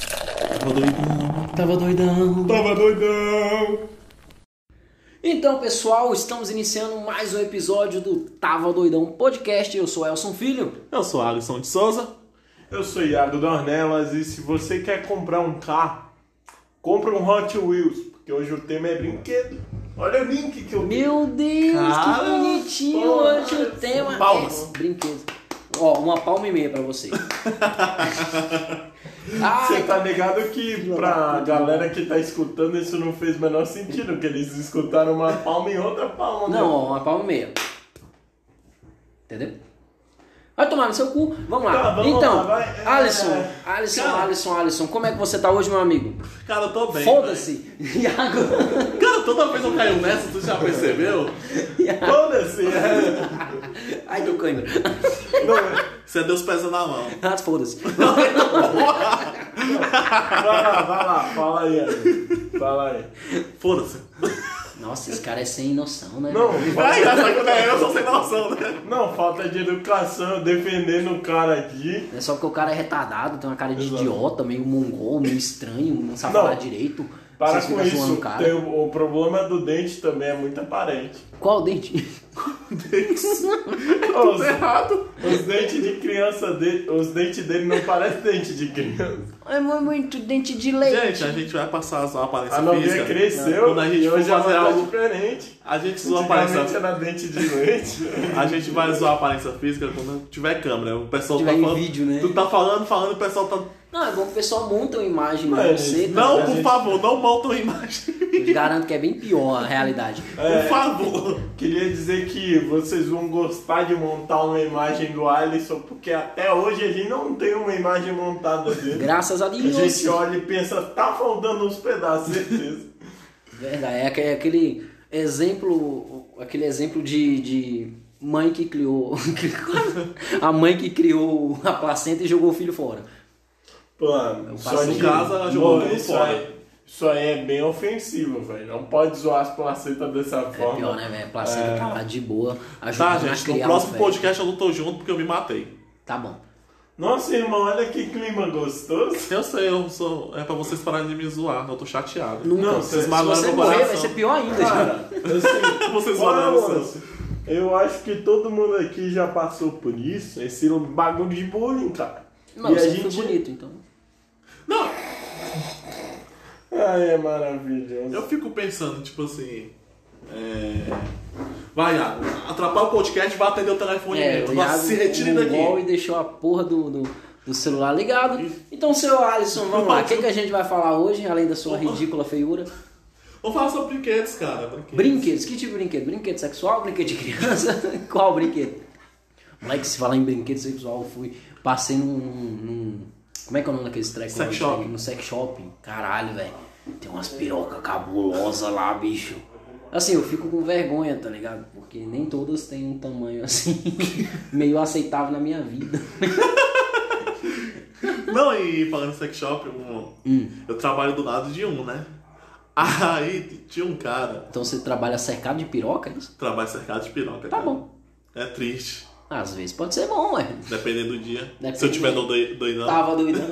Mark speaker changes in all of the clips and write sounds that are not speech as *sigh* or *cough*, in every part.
Speaker 1: Tava doidão.
Speaker 2: Tava doidão.
Speaker 1: Tava doidão.
Speaker 2: Então, pessoal, estamos iniciando mais um episódio do Tava Doidão Podcast. Eu sou Elson Filho.
Speaker 1: Eu sou Alisson de Souza.
Speaker 3: Eu sou Iago Dornelas e se você quer comprar um carro, compra um Hot Wheels, porque hoje o tema é brinquedo. Olha o link que eu dei.
Speaker 2: Meu Deus,
Speaker 1: Cara,
Speaker 2: que bonitinho
Speaker 3: pô,
Speaker 2: hoje o tema.
Speaker 3: palmas.
Speaker 2: É, brinquedo. Ó, uma palma e meia pra
Speaker 3: *laughs*
Speaker 2: você. ah,
Speaker 3: Você tá ligado que pra
Speaker 2: loucura.
Speaker 3: galera que tá escutando isso não fez o menor sentido, porque eles escutaram uma palma e outra palma.
Speaker 2: Não,
Speaker 3: né?
Speaker 2: ó, uma palma e meia. Entendeu? Vai tomar no seu cu. Vamos lá.
Speaker 3: Tá, vamos
Speaker 2: então,
Speaker 3: lá, vai. É.
Speaker 2: Alisson, Alisson,
Speaker 1: Cara.
Speaker 2: Alisson, Alisson, como é que você tá hoje, meu amigo?
Speaker 1: Cara, eu tô bem.
Speaker 2: Foda-se. *laughs* Iago.
Speaker 1: velho. Cara, toda vez eu caio nessa, tu já percebeu?
Speaker 3: Foda-se. é.
Speaker 2: Ai, do câimbra.
Speaker 3: Não, é.
Speaker 1: Você é Deus pesa na mão.
Speaker 2: *laughs*
Speaker 3: *laughs*
Speaker 2: Ah, foda-se.
Speaker 3: Vai lá, vai lá, fala aí. Iago. Fala aí. *laughs*
Speaker 1: Foda-se.
Speaker 2: Nossa, esse cara é sem noção, né?
Speaker 3: Não,
Speaker 1: Ai,
Speaker 3: tá
Speaker 1: essa quando é eu, sou sem noção, né?
Speaker 3: não, falta de educação, defendendo o cara aqui.
Speaker 2: É só porque o cara é retardado, tem uma cara de
Speaker 3: Exato.
Speaker 2: idiota, meio mongol, meio estranho, não sabe
Speaker 3: Não.
Speaker 2: falar direito.
Speaker 3: Para
Speaker 2: Vocês
Speaker 3: com
Speaker 2: ficam zoando
Speaker 3: isso,
Speaker 2: o cara.
Speaker 3: tem um o, o problema do dente também é muito
Speaker 1: *laughs*
Speaker 3: aparente.
Speaker 2: Qual o
Speaker 3: *laughs*
Speaker 2: dente?
Speaker 3: Os,
Speaker 1: Errado.
Speaker 3: os dentes de criança dele, os dentes dele não parecem dente de criança.
Speaker 2: É muito dente de leite.
Speaker 1: Gente, a gente vai passar a aparência
Speaker 3: A novinha
Speaker 1: física.
Speaker 3: cresceu
Speaker 1: Quando a gente
Speaker 3: e
Speaker 1: for
Speaker 3: hoje ela
Speaker 1: fazer
Speaker 3: tá
Speaker 1: algo,
Speaker 3: diferente.
Speaker 1: a gente zoa a
Speaker 3: Antigamente
Speaker 1: aparência.
Speaker 3: era dente de
Speaker 1: *laughs*
Speaker 3: leite.
Speaker 1: A gente vai zoar a aparência física quando tiver câmera. O pessoal
Speaker 2: Tiver
Speaker 1: tá
Speaker 2: em
Speaker 1: falando.
Speaker 2: vídeo, né?
Speaker 1: Tu tá falando, falando, o pessoal tá.
Speaker 2: Não, é bom que o pessoal monta uma imagem de
Speaker 3: Mas
Speaker 2: você. tá
Speaker 1: Não,
Speaker 3: a
Speaker 1: por
Speaker 3: gente-
Speaker 1: favor, não montam imagem.
Speaker 2: Eu garanto que é bem pior a realidade.
Speaker 3: É.
Speaker 1: Por favor.
Speaker 3: Queria dizer que vocês vão gostar de montar uma imagem do Alisson, porque até hoje ele não tem uma imagem montada dele.
Speaker 2: Graças a
Speaker 3: A
Speaker 2: Deus.
Speaker 3: É gente olha e pensa, tá faltando uns pedaços, certeza.
Speaker 2: Verdade, é aque- é aquele exemplo, aquele exemplo de, de mãe que criou *laughs* a mãe que criou a placenta e jogou o filho fora.
Speaker 3: Plano. Só
Speaker 2: faço
Speaker 3: de
Speaker 2: em
Speaker 1: casa, ela jogou tudo
Speaker 3: isso
Speaker 1: fora.
Speaker 3: Aí, isso aí é bem ofensivo, velho. Não pode zoar as placetas dessa
Speaker 2: É
Speaker 3: forma.
Speaker 2: pior, né, velho? A placenta tá lá de boa,
Speaker 1: Tá,
Speaker 2: ajudando a
Speaker 1: gente, no
Speaker 2: criar
Speaker 1: próximo
Speaker 2: o velho.
Speaker 1: podcast eu não tô junto porque eu me matei.
Speaker 2: Tá bom.
Speaker 3: Nossa, irmão, olha que clima gostoso.
Speaker 1: Eu sei, eu sou. É pra vocês pararem de me zoar, eu tô chateado.
Speaker 2: Nunca.
Speaker 3: Não,
Speaker 2: se
Speaker 3: vocês
Speaker 2: se
Speaker 1: magoaram
Speaker 2: você
Speaker 1: meu
Speaker 2: morrer,
Speaker 1: coração.
Speaker 2: vai ser pior ainda.
Speaker 3: Cara, assim,
Speaker 1: Vocês
Speaker 3: olha,
Speaker 1: zoaram
Speaker 3: mano,
Speaker 1: vocês.
Speaker 3: eu acho que todo mundo aqui já passou por isso, esse bagulho de bullying, cara.
Speaker 2: Não,
Speaker 3: e a
Speaker 2: você
Speaker 3: gente.
Speaker 2: foi bonito, então.
Speaker 1: Não,
Speaker 3: Ai, é maravilhoso.
Speaker 1: eu fico pensando, tipo assim. É. Vai, Iago, atrapalha o podcast, vai atender o telefone
Speaker 2: É,
Speaker 1: meu.
Speaker 2: o
Speaker 1: Nossa,
Speaker 2: Iago
Speaker 1: se retire
Speaker 2: mongol
Speaker 1: daqui.
Speaker 2: e deixou a porra do, do, do celular ligado. Então, seu Alisson, vamos lá. O que, que a gente vai falar hoje, além da sua ridícula feiura?
Speaker 1: Vamos falar sobre brinquedos, cara. Brinquedos.
Speaker 2: Brinquedos. Que tipo de brinquedo? Brinquedo sexual? Brinquedo de criança? *laughs* Qual brinquedo? Moleque, se falar em brinquedo sexual, eu fui... Passei num... num- num- como é que é o nome daquele treco?
Speaker 1: Sex
Speaker 2: lá?
Speaker 1: shop.
Speaker 2: No sex shop. Caralho, velho. Tem umas pirocas cabulosas lá, bicho. Assim, eu fico com vergonha, tá ligado? Porque nem todas têm um tamanho assim, *laughs* meio aceitável na minha vida.
Speaker 1: Não, e falando em sex shop, um-
Speaker 2: Hum.
Speaker 1: eu trabalho do lado de um, né? Aí tinha um cara,
Speaker 2: Então você trabalha cercado de piroca, é isso?
Speaker 1: trabalho cercado de piroca.
Speaker 2: Tá
Speaker 1: cara.
Speaker 2: bom.
Speaker 1: É triste,
Speaker 2: Às vezes pode ser bom, ué.
Speaker 1: dependendo do dia.
Speaker 2: Depende
Speaker 1: Se eu tiver
Speaker 2: do Tá, né?
Speaker 1: doi- doidão.
Speaker 2: Tava doidão.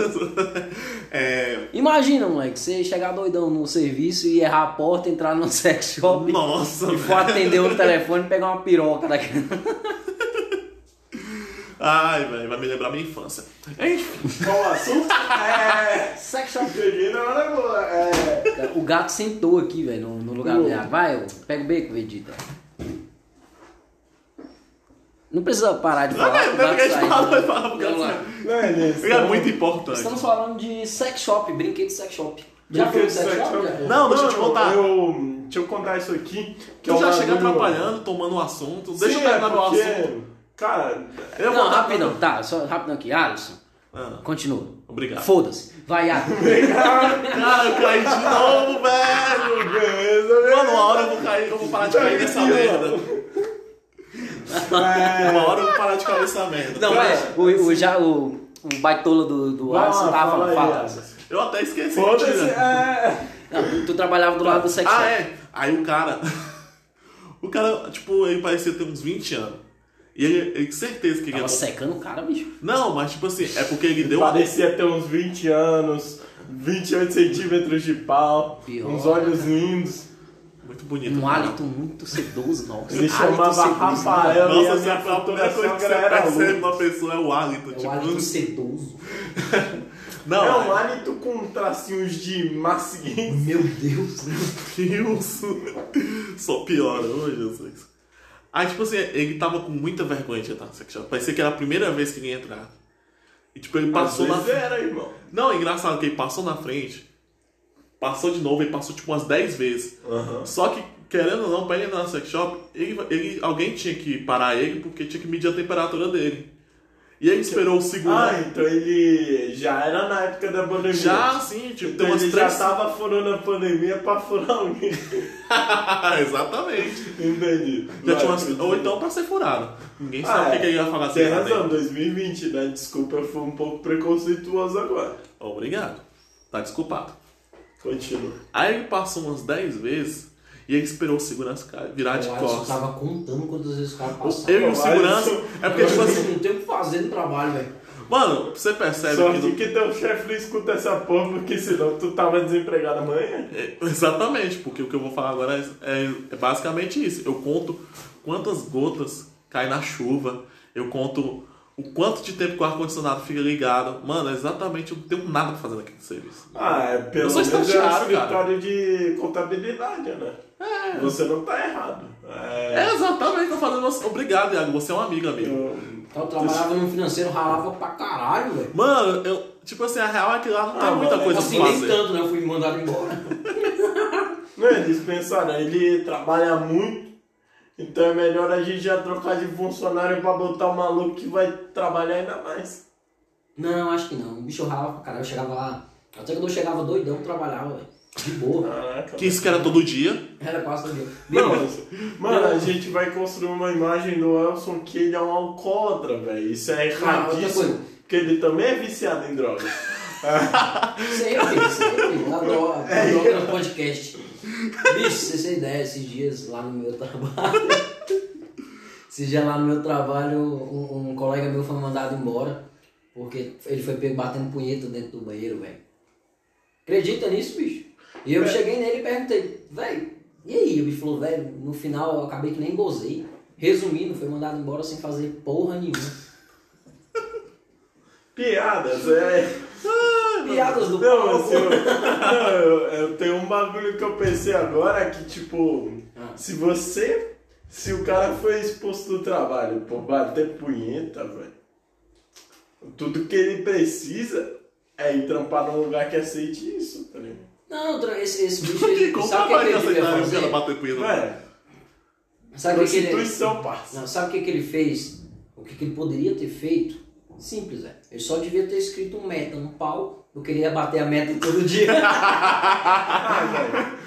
Speaker 1: *laughs* é.
Speaker 2: Imagina, moleque, você chegar doidão no serviço e errar a porta, entrar no *laughs* sex shop
Speaker 1: Nossa,
Speaker 2: e for
Speaker 1: velho.
Speaker 2: atender um telefone e pegar uma piroca
Speaker 1: *laughs*
Speaker 2: daquela.
Speaker 1: Ai, velho, vai me lembrar minha infância. É Enfim,
Speaker 3: Qual o assunto? *laughs* é.
Speaker 2: Sex shop.
Speaker 3: Peguei na hora boa. É.
Speaker 2: O gato sentou aqui, velho, no, no lugar
Speaker 3: Uou.
Speaker 2: dele. Ah, Vai, ô, pega o beco, Vegeta. Não precisa parar de
Speaker 1: não,
Speaker 2: falar.
Speaker 1: não,
Speaker 2: o
Speaker 1: não
Speaker 2: gato
Speaker 1: é porque a gente
Speaker 2: sai,
Speaker 1: fala,
Speaker 2: né?
Speaker 1: vai falar pro
Speaker 2: Vamos lá.
Speaker 1: cara.
Speaker 3: Não é isso.
Speaker 1: Ele é muito importante.
Speaker 2: Então, Estamos falando de sex shop, brinquedo sex shop. Já foi no sex shop? já?
Speaker 1: Não, deixa eu te contar.
Speaker 3: Eu, deixa eu contar isso aqui. Que é
Speaker 1: Tu
Speaker 3: um
Speaker 1: já chega
Speaker 3: bagulho-
Speaker 1: atrapalhando, tomando o assunto. Deixa eu
Speaker 3: Sim, é
Speaker 1: terminar meu
Speaker 3: porque,
Speaker 1: assunto.
Speaker 3: Cara,
Speaker 1: Eu
Speaker 2: Não,
Speaker 1: vou dar-
Speaker 2: rapidão, tá, só rapidão aqui. Alisson,
Speaker 1: Ah,
Speaker 2: continua.
Speaker 1: obrigado.
Speaker 2: Foda-se. Vai,
Speaker 1: *laughs*
Speaker 2: Alisson.
Speaker 3: *laughs*
Speaker 1: Cara, eu caí de novo, *laughs* velho.
Speaker 3: beleza,
Speaker 1: Mano, uma hora eu vou cair, eu vou parar de cair nessa merda.
Speaker 3: É.
Speaker 1: Uma hora eu vou parar de cair nessa merda.
Speaker 2: Não,
Speaker 1: Cara,
Speaker 2: mas o, o, já, o, o baitola do, do
Speaker 3: Vai lá,
Speaker 2: Alisson
Speaker 3: assim,
Speaker 2: tava
Speaker 3: fala
Speaker 2: falando,
Speaker 3: aí,
Speaker 2: fala.
Speaker 3: Alisson.
Speaker 1: Eu até esqueci.
Speaker 3: Foda-se.
Speaker 1: mentira.
Speaker 3: É.
Speaker 2: Não, tu trabalhava do lado do sex shop.
Speaker 1: Ah, é. Aí o cara. *laughs* O cara, tipo, ele parecia ter uns 20 anos. E ele, ele com certeza que ele
Speaker 2: Tava
Speaker 1: é bom.
Speaker 2: secando o cara, bicho.
Speaker 1: Não, mas tipo assim, é porque ele deu.
Speaker 3: Parecia ter uns 20 anos, 28 centímetros de pau,
Speaker 2: Pior.
Speaker 3: uns olhos lindos.
Speaker 1: Muito bonito.
Speaker 2: Um
Speaker 1: né?
Speaker 2: hálito muito sedoso, nossa.
Speaker 3: Ele
Speaker 2: Hálito
Speaker 3: chamava
Speaker 2: sedoso,
Speaker 3: Rafael. e
Speaker 2: né?
Speaker 3: a
Speaker 1: Nossa, se
Speaker 3: minha
Speaker 1: a primeira
Speaker 3: fotografia
Speaker 1: coisa que você
Speaker 3: era
Speaker 1: percebe
Speaker 3: luz.
Speaker 1: uma pessoa é o hálito.
Speaker 2: É
Speaker 1: tipo,
Speaker 2: um hálito sedoso.
Speaker 1: não,
Speaker 3: é um hálito com tracinhos de massinha.
Speaker 2: Meu Deus.
Speaker 1: Deus! Só piora, ô Jesus. Aí, tipo assim, ele tava com muita vergonha de entrar no sex shop. Parecia que era a primeira vez que ele ia entrar. E, tipo, ele passou na
Speaker 3: Às vezes era, irmão.
Speaker 1: Não, é engraçado que ele passou na frente, passou de novo, ele passou, tipo, umas 10 vezes. Só que, querendo ou não, pra ele entrar no sex shop, ele, ele- alguém tinha que parar ele porque tinha que medir a temperatura dele. E ele esperou o segundo.
Speaker 3: Ah, então ele já era na época da pandemia.
Speaker 1: já, assim, tipo,
Speaker 3: Então
Speaker 1: tem umas
Speaker 3: ele
Speaker 1: três...
Speaker 3: já tava furando a pandemia pra furar alguém.
Speaker 1: *laughs*
Speaker 3: *laughs*
Speaker 1: Exatamente.
Speaker 3: Entendi.
Speaker 1: Já
Speaker 3: Vai,
Speaker 1: tinha umas-
Speaker 3: continua.
Speaker 1: Ou então pra ser furado. Ninguém sabe
Speaker 3: Ah,
Speaker 1: o que
Speaker 3: é.
Speaker 1: que ele ia falar
Speaker 3: Tem
Speaker 1: assim. lá dentro.
Speaker 3: razão, 2020, né? Desculpa, eu fui um pouco preconceituoso agora.
Speaker 1: Obrigado. Tá desculpado.
Speaker 3: Continua.
Speaker 1: Aí ele passou umas 10 vezes e ele esperou o segurança cara virar de
Speaker 2: O Alisson
Speaker 1: costas.
Speaker 2: tava contando quantas vezes o cara
Speaker 1: Eu
Speaker 2: passava.
Speaker 1: e o segurança.
Speaker 3: Alisson-
Speaker 1: É porque, tipo assim,
Speaker 2: não tem o que fazer no trabalho, velho.
Speaker 1: Mano, você percebe
Speaker 3: Sorte
Speaker 1: que. Tá no-
Speaker 3: que teu chefe não escuta essa porra, porque senão tu tava desempregado amanhã.
Speaker 1: É, exatamente, porque o que eu vou falar agora é, é- é basicamente isso. Eu conto quantas gotas caem na chuva, eu conto o quanto de tempo que o ar-condicionado fica ligado. Mano, é exatamente, eu não tenho nada pra fazer naquele serviço.
Speaker 3: Ah, é pelo
Speaker 1: Eu sou
Speaker 3: menos é um
Speaker 1: estagiário,
Speaker 3: escritório
Speaker 1: cara.
Speaker 3: de contabilidade, né? É. Você não tá errado. É.
Speaker 1: É exatamente, tô falando. você- Obrigado, Iago, você é um amigo, amigo.
Speaker 3: Eu-
Speaker 2: Eu trabalhava no financeiro, ralava pra caralho, velho.
Speaker 1: Mano, eu. Tipo assim, a real é que lá não tem
Speaker 3: Ah,
Speaker 1: muita
Speaker 3: mano,
Speaker 1: coisa
Speaker 2: Assim,
Speaker 1: pra
Speaker 2: nem
Speaker 1: fazer.
Speaker 2: tanto, né? Eu fui mandado embora. *laughs*
Speaker 3: Não, eles pensaram, ele trabalha muito, então é melhor a gente já trocar de funcionário pra botar um maluco que vai trabalhar ainda mais.
Speaker 2: Não, acho que não. O bicho ralava pra caralho. Eu chegava lá. Até quando eu chegava doidão, trabalhava, velho. De boa.
Speaker 3: Caraca.
Speaker 1: Que isso que era todo dia.
Speaker 2: Era quase todo dia.
Speaker 3: Não,
Speaker 2: Meu,
Speaker 3: mano, a gente vai construir uma imagem do Elson que ele é um alcoólatra, velho. Isso é erradíssimo.
Speaker 2: coisa.
Speaker 3: Porque ele também é viciado em drogas.
Speaker 2: sempre, sempre. Eu adoro,
Speaker 3: É
Speaker 2: adoro gravar podcast. Bicho, você tem ideia, esses dias lá no meu trabalho. *laughs* Esses dias lá no meu trabalho, um, um colega meu foi mandado embora. Porque ele foi pego batendo punheta dentro do banheiro, velho. Acredita nisso, bicho? E
Speaker 3: É.
Speaker 2: eu cheguei nele e perguntei, velho, e aí? O bicho falou, velho, no final eu acabei que nem gozei. Resumindo, foi mandado embora sem fazer porra
Speaker 3: *laughs*
Speaker 2: nenhuma.
Speaker 3: Piadas, é.
Speaker 2: Piadas do
Speaker 3: Não,
Speaker 2: pau.
Speaker 3: mas eu, *laughs* não, eu, eu tenho um bagulho que eu pensei agora que, tipo,
Speaker 2: Ah.
Speaker 3: se você. Se o cara foi expulso do trabalho por bater punheta, velho. Tudo que ele precisa é ir trampar num lugar que aceite isso, tá ligado?
Speaker 2: Não, tra- esse, esse bicho, ele,
Speaker 1: Como
Speaker 2: sabe o que,
Speaker 1: vai
Speaker 2: que ele devia
Speaker 1: aceitar o
Speaker 2: fazer?
Speaker 1: cara bater punheta?
Speaker 3: Velho,
Speaker 2: Sabe o que, que ele... é?
Speaker 3: prostituição, parça.
Speaker 2: Não, sabe o que, que ele fez? O que, que ele poderia ter feito? Simples, é. Ele só devia ter escrito um meta no pau, porque ele ia bater a meta todo dia.
Speaker 3: Ah, velho.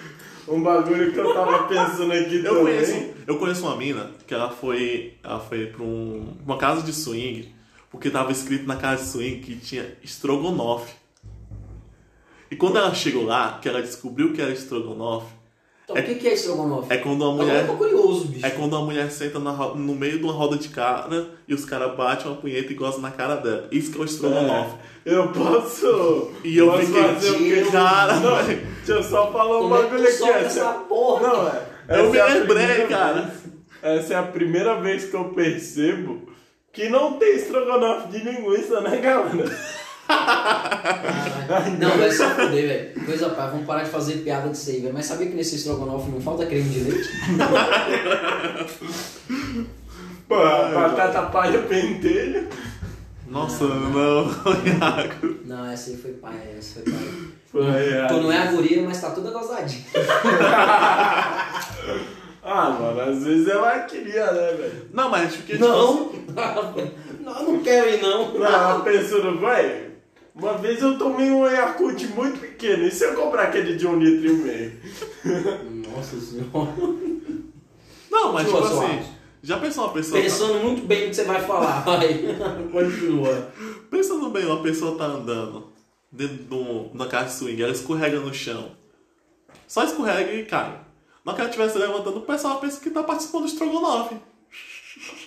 Speaker 3: Um bagulho que eu
Speaker 2: *laughs*
Speaker 3: tava pensando aqui
Speaker 1: Eu
Speaker 3: também.
Speaker 1: conheço,
Speaker 2: um
Speaker 1: eu conheço uma mina que ela foi, ela foi pra um- uma casa de swing, porque tava escrito na casa de swing que tinha estrogonofe. E quando ela chegou lá, que ela descobriu que era estrogonofe,
Speaker 2: Então, o que, que é estrogonofe?
Speaker 1: é quando uma
Speaker 2: Agora eu
Speaker 1: mulher
Speaker 2: tô curioso, bicho.
Speaker 1: é quando uma mulher senta na ro- no meio de uma roda de cara e os caras batem uma punheta e gozam na cara dela. Isso que é o estrogonofe.
Speaker 3: É, eu posso.
Speaker 1: E eu
Speaker 3: posso
Speaker 1: fiquei,
Speaker 3: fazer o que-
Speaker 1: cara,
Speaker 3: Não,
Speaker 1: velho.
Speaker 3: deixa eu só falar um
Speaker 2: Como é que
Speaker 3: bagulho
Speaker 2: tu
Speaker 3: aqui.
Speaker 2: solta
Speaker 3: essa-
Speaker 2: essa porra?
Speaker 3: Não, é.
Speaker 1: Eu
Speaker 3: essa é a
Speaker 1: me lembrei,
Speaker 3: primeira
Speaker 1: cara.
Speaker 3: vez- essa é a primeira vez que eu percebo que não tem estrogonofe de linguiça, né, galera?
Speaker 2: Caralho. Não, vai se fuder, velho. Coisa pá, vamos parar de fazer piada disso aí, velho. Mas sabia que nesse estrogonofe não falta creme de leite?
Speaker 3: Pô, é. batata palha pentelho.
Speaker 2: É.
Speaker 1: Nossa, não, Iago.
Speaker 2: Não, essa aí foi pai, essa foi pai.
Speaker 3: Pô, é.
Speaker 2: Tu não é a guria, mas tá toda gozadinha.
Speaker 3: Ah, mano, às vezes ela queria, né, velho?
Speaker 1: Não, mas acho que tipo assim,
Speaker 2: Não! *laughs* Não, eu não quero ir, não.
Speaker 3: Não, ela pensando, velho. Uma vez eu tomei um Yakult muito pequeno, e se eu comprar aquele de um litro e meio?
Speaker 2: Nossa senhora.
Speaker 1: Não, mas tipo
Speaker 2: Continua,
Speaker 1: assim,
Speaker 2: Soares.
Speaker 1: já pensou uma pessoa.
Speaker 2: Pensando muito bem no que você vai falar, *laughs* vai. Continua.
Speaker 1: Pensando bem, uma pessoa tá andando dentro de um, na casa de swing, ela escorrega no chão. Só escorrega e cai. Na hora que ela estiver se levantando, o pessoal pensa que tá participando do estrogonofe.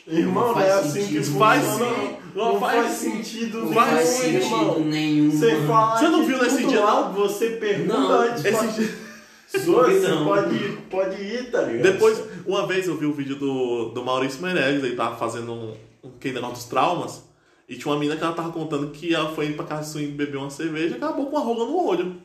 Speaker 3: Irmão,
Speaker 2: Não
Speaker 3: não é
Speaker 2: faz
Speaker 3: assim que
Speaker 2: sentido
Speaker 1: Faz
Speaker 3: funciona,
Speaker 1: sim.
Speaker 3: não.
Speaker 1: Não faz sim.
Speaker 3: sentido
Speaker 2: Não
Speaker 1: Não
Speaker 3: nenhum,
Speaker 1: Vai
Speaker 2: faz
Speaker 1: sim,
Speaker 2: sentido
Speaker 3: irmão.
Speaker 2: nenhum.
Speaker 3: Você fala
Speaker 1: Você não
Speaker 3: de
Speaker 1: viu nesse
Speaker 3: tudo
Speaker 1: dia,
Speaker 3: lá, você pergunta
Speaker 2: Não,
Speaker 3: antes.
Speaker 1: esse
Speaker 3: pode... *laughs*
Speaker 1: dia-
Speaker 3: Zoa, você
Speaker 2: Não.
Speaker 3: pode, pode ir, tá ligado?
Speaker 1: Depois, uma vez eu vi o vídeo do, do Maurício Meirelles, ele tava fazendo um, um que negócio dos traumas, e tinha uma mina que ela tava contando que ela foi indo pra casa de swing beber uma cerveja e acabou com uma rola no olho.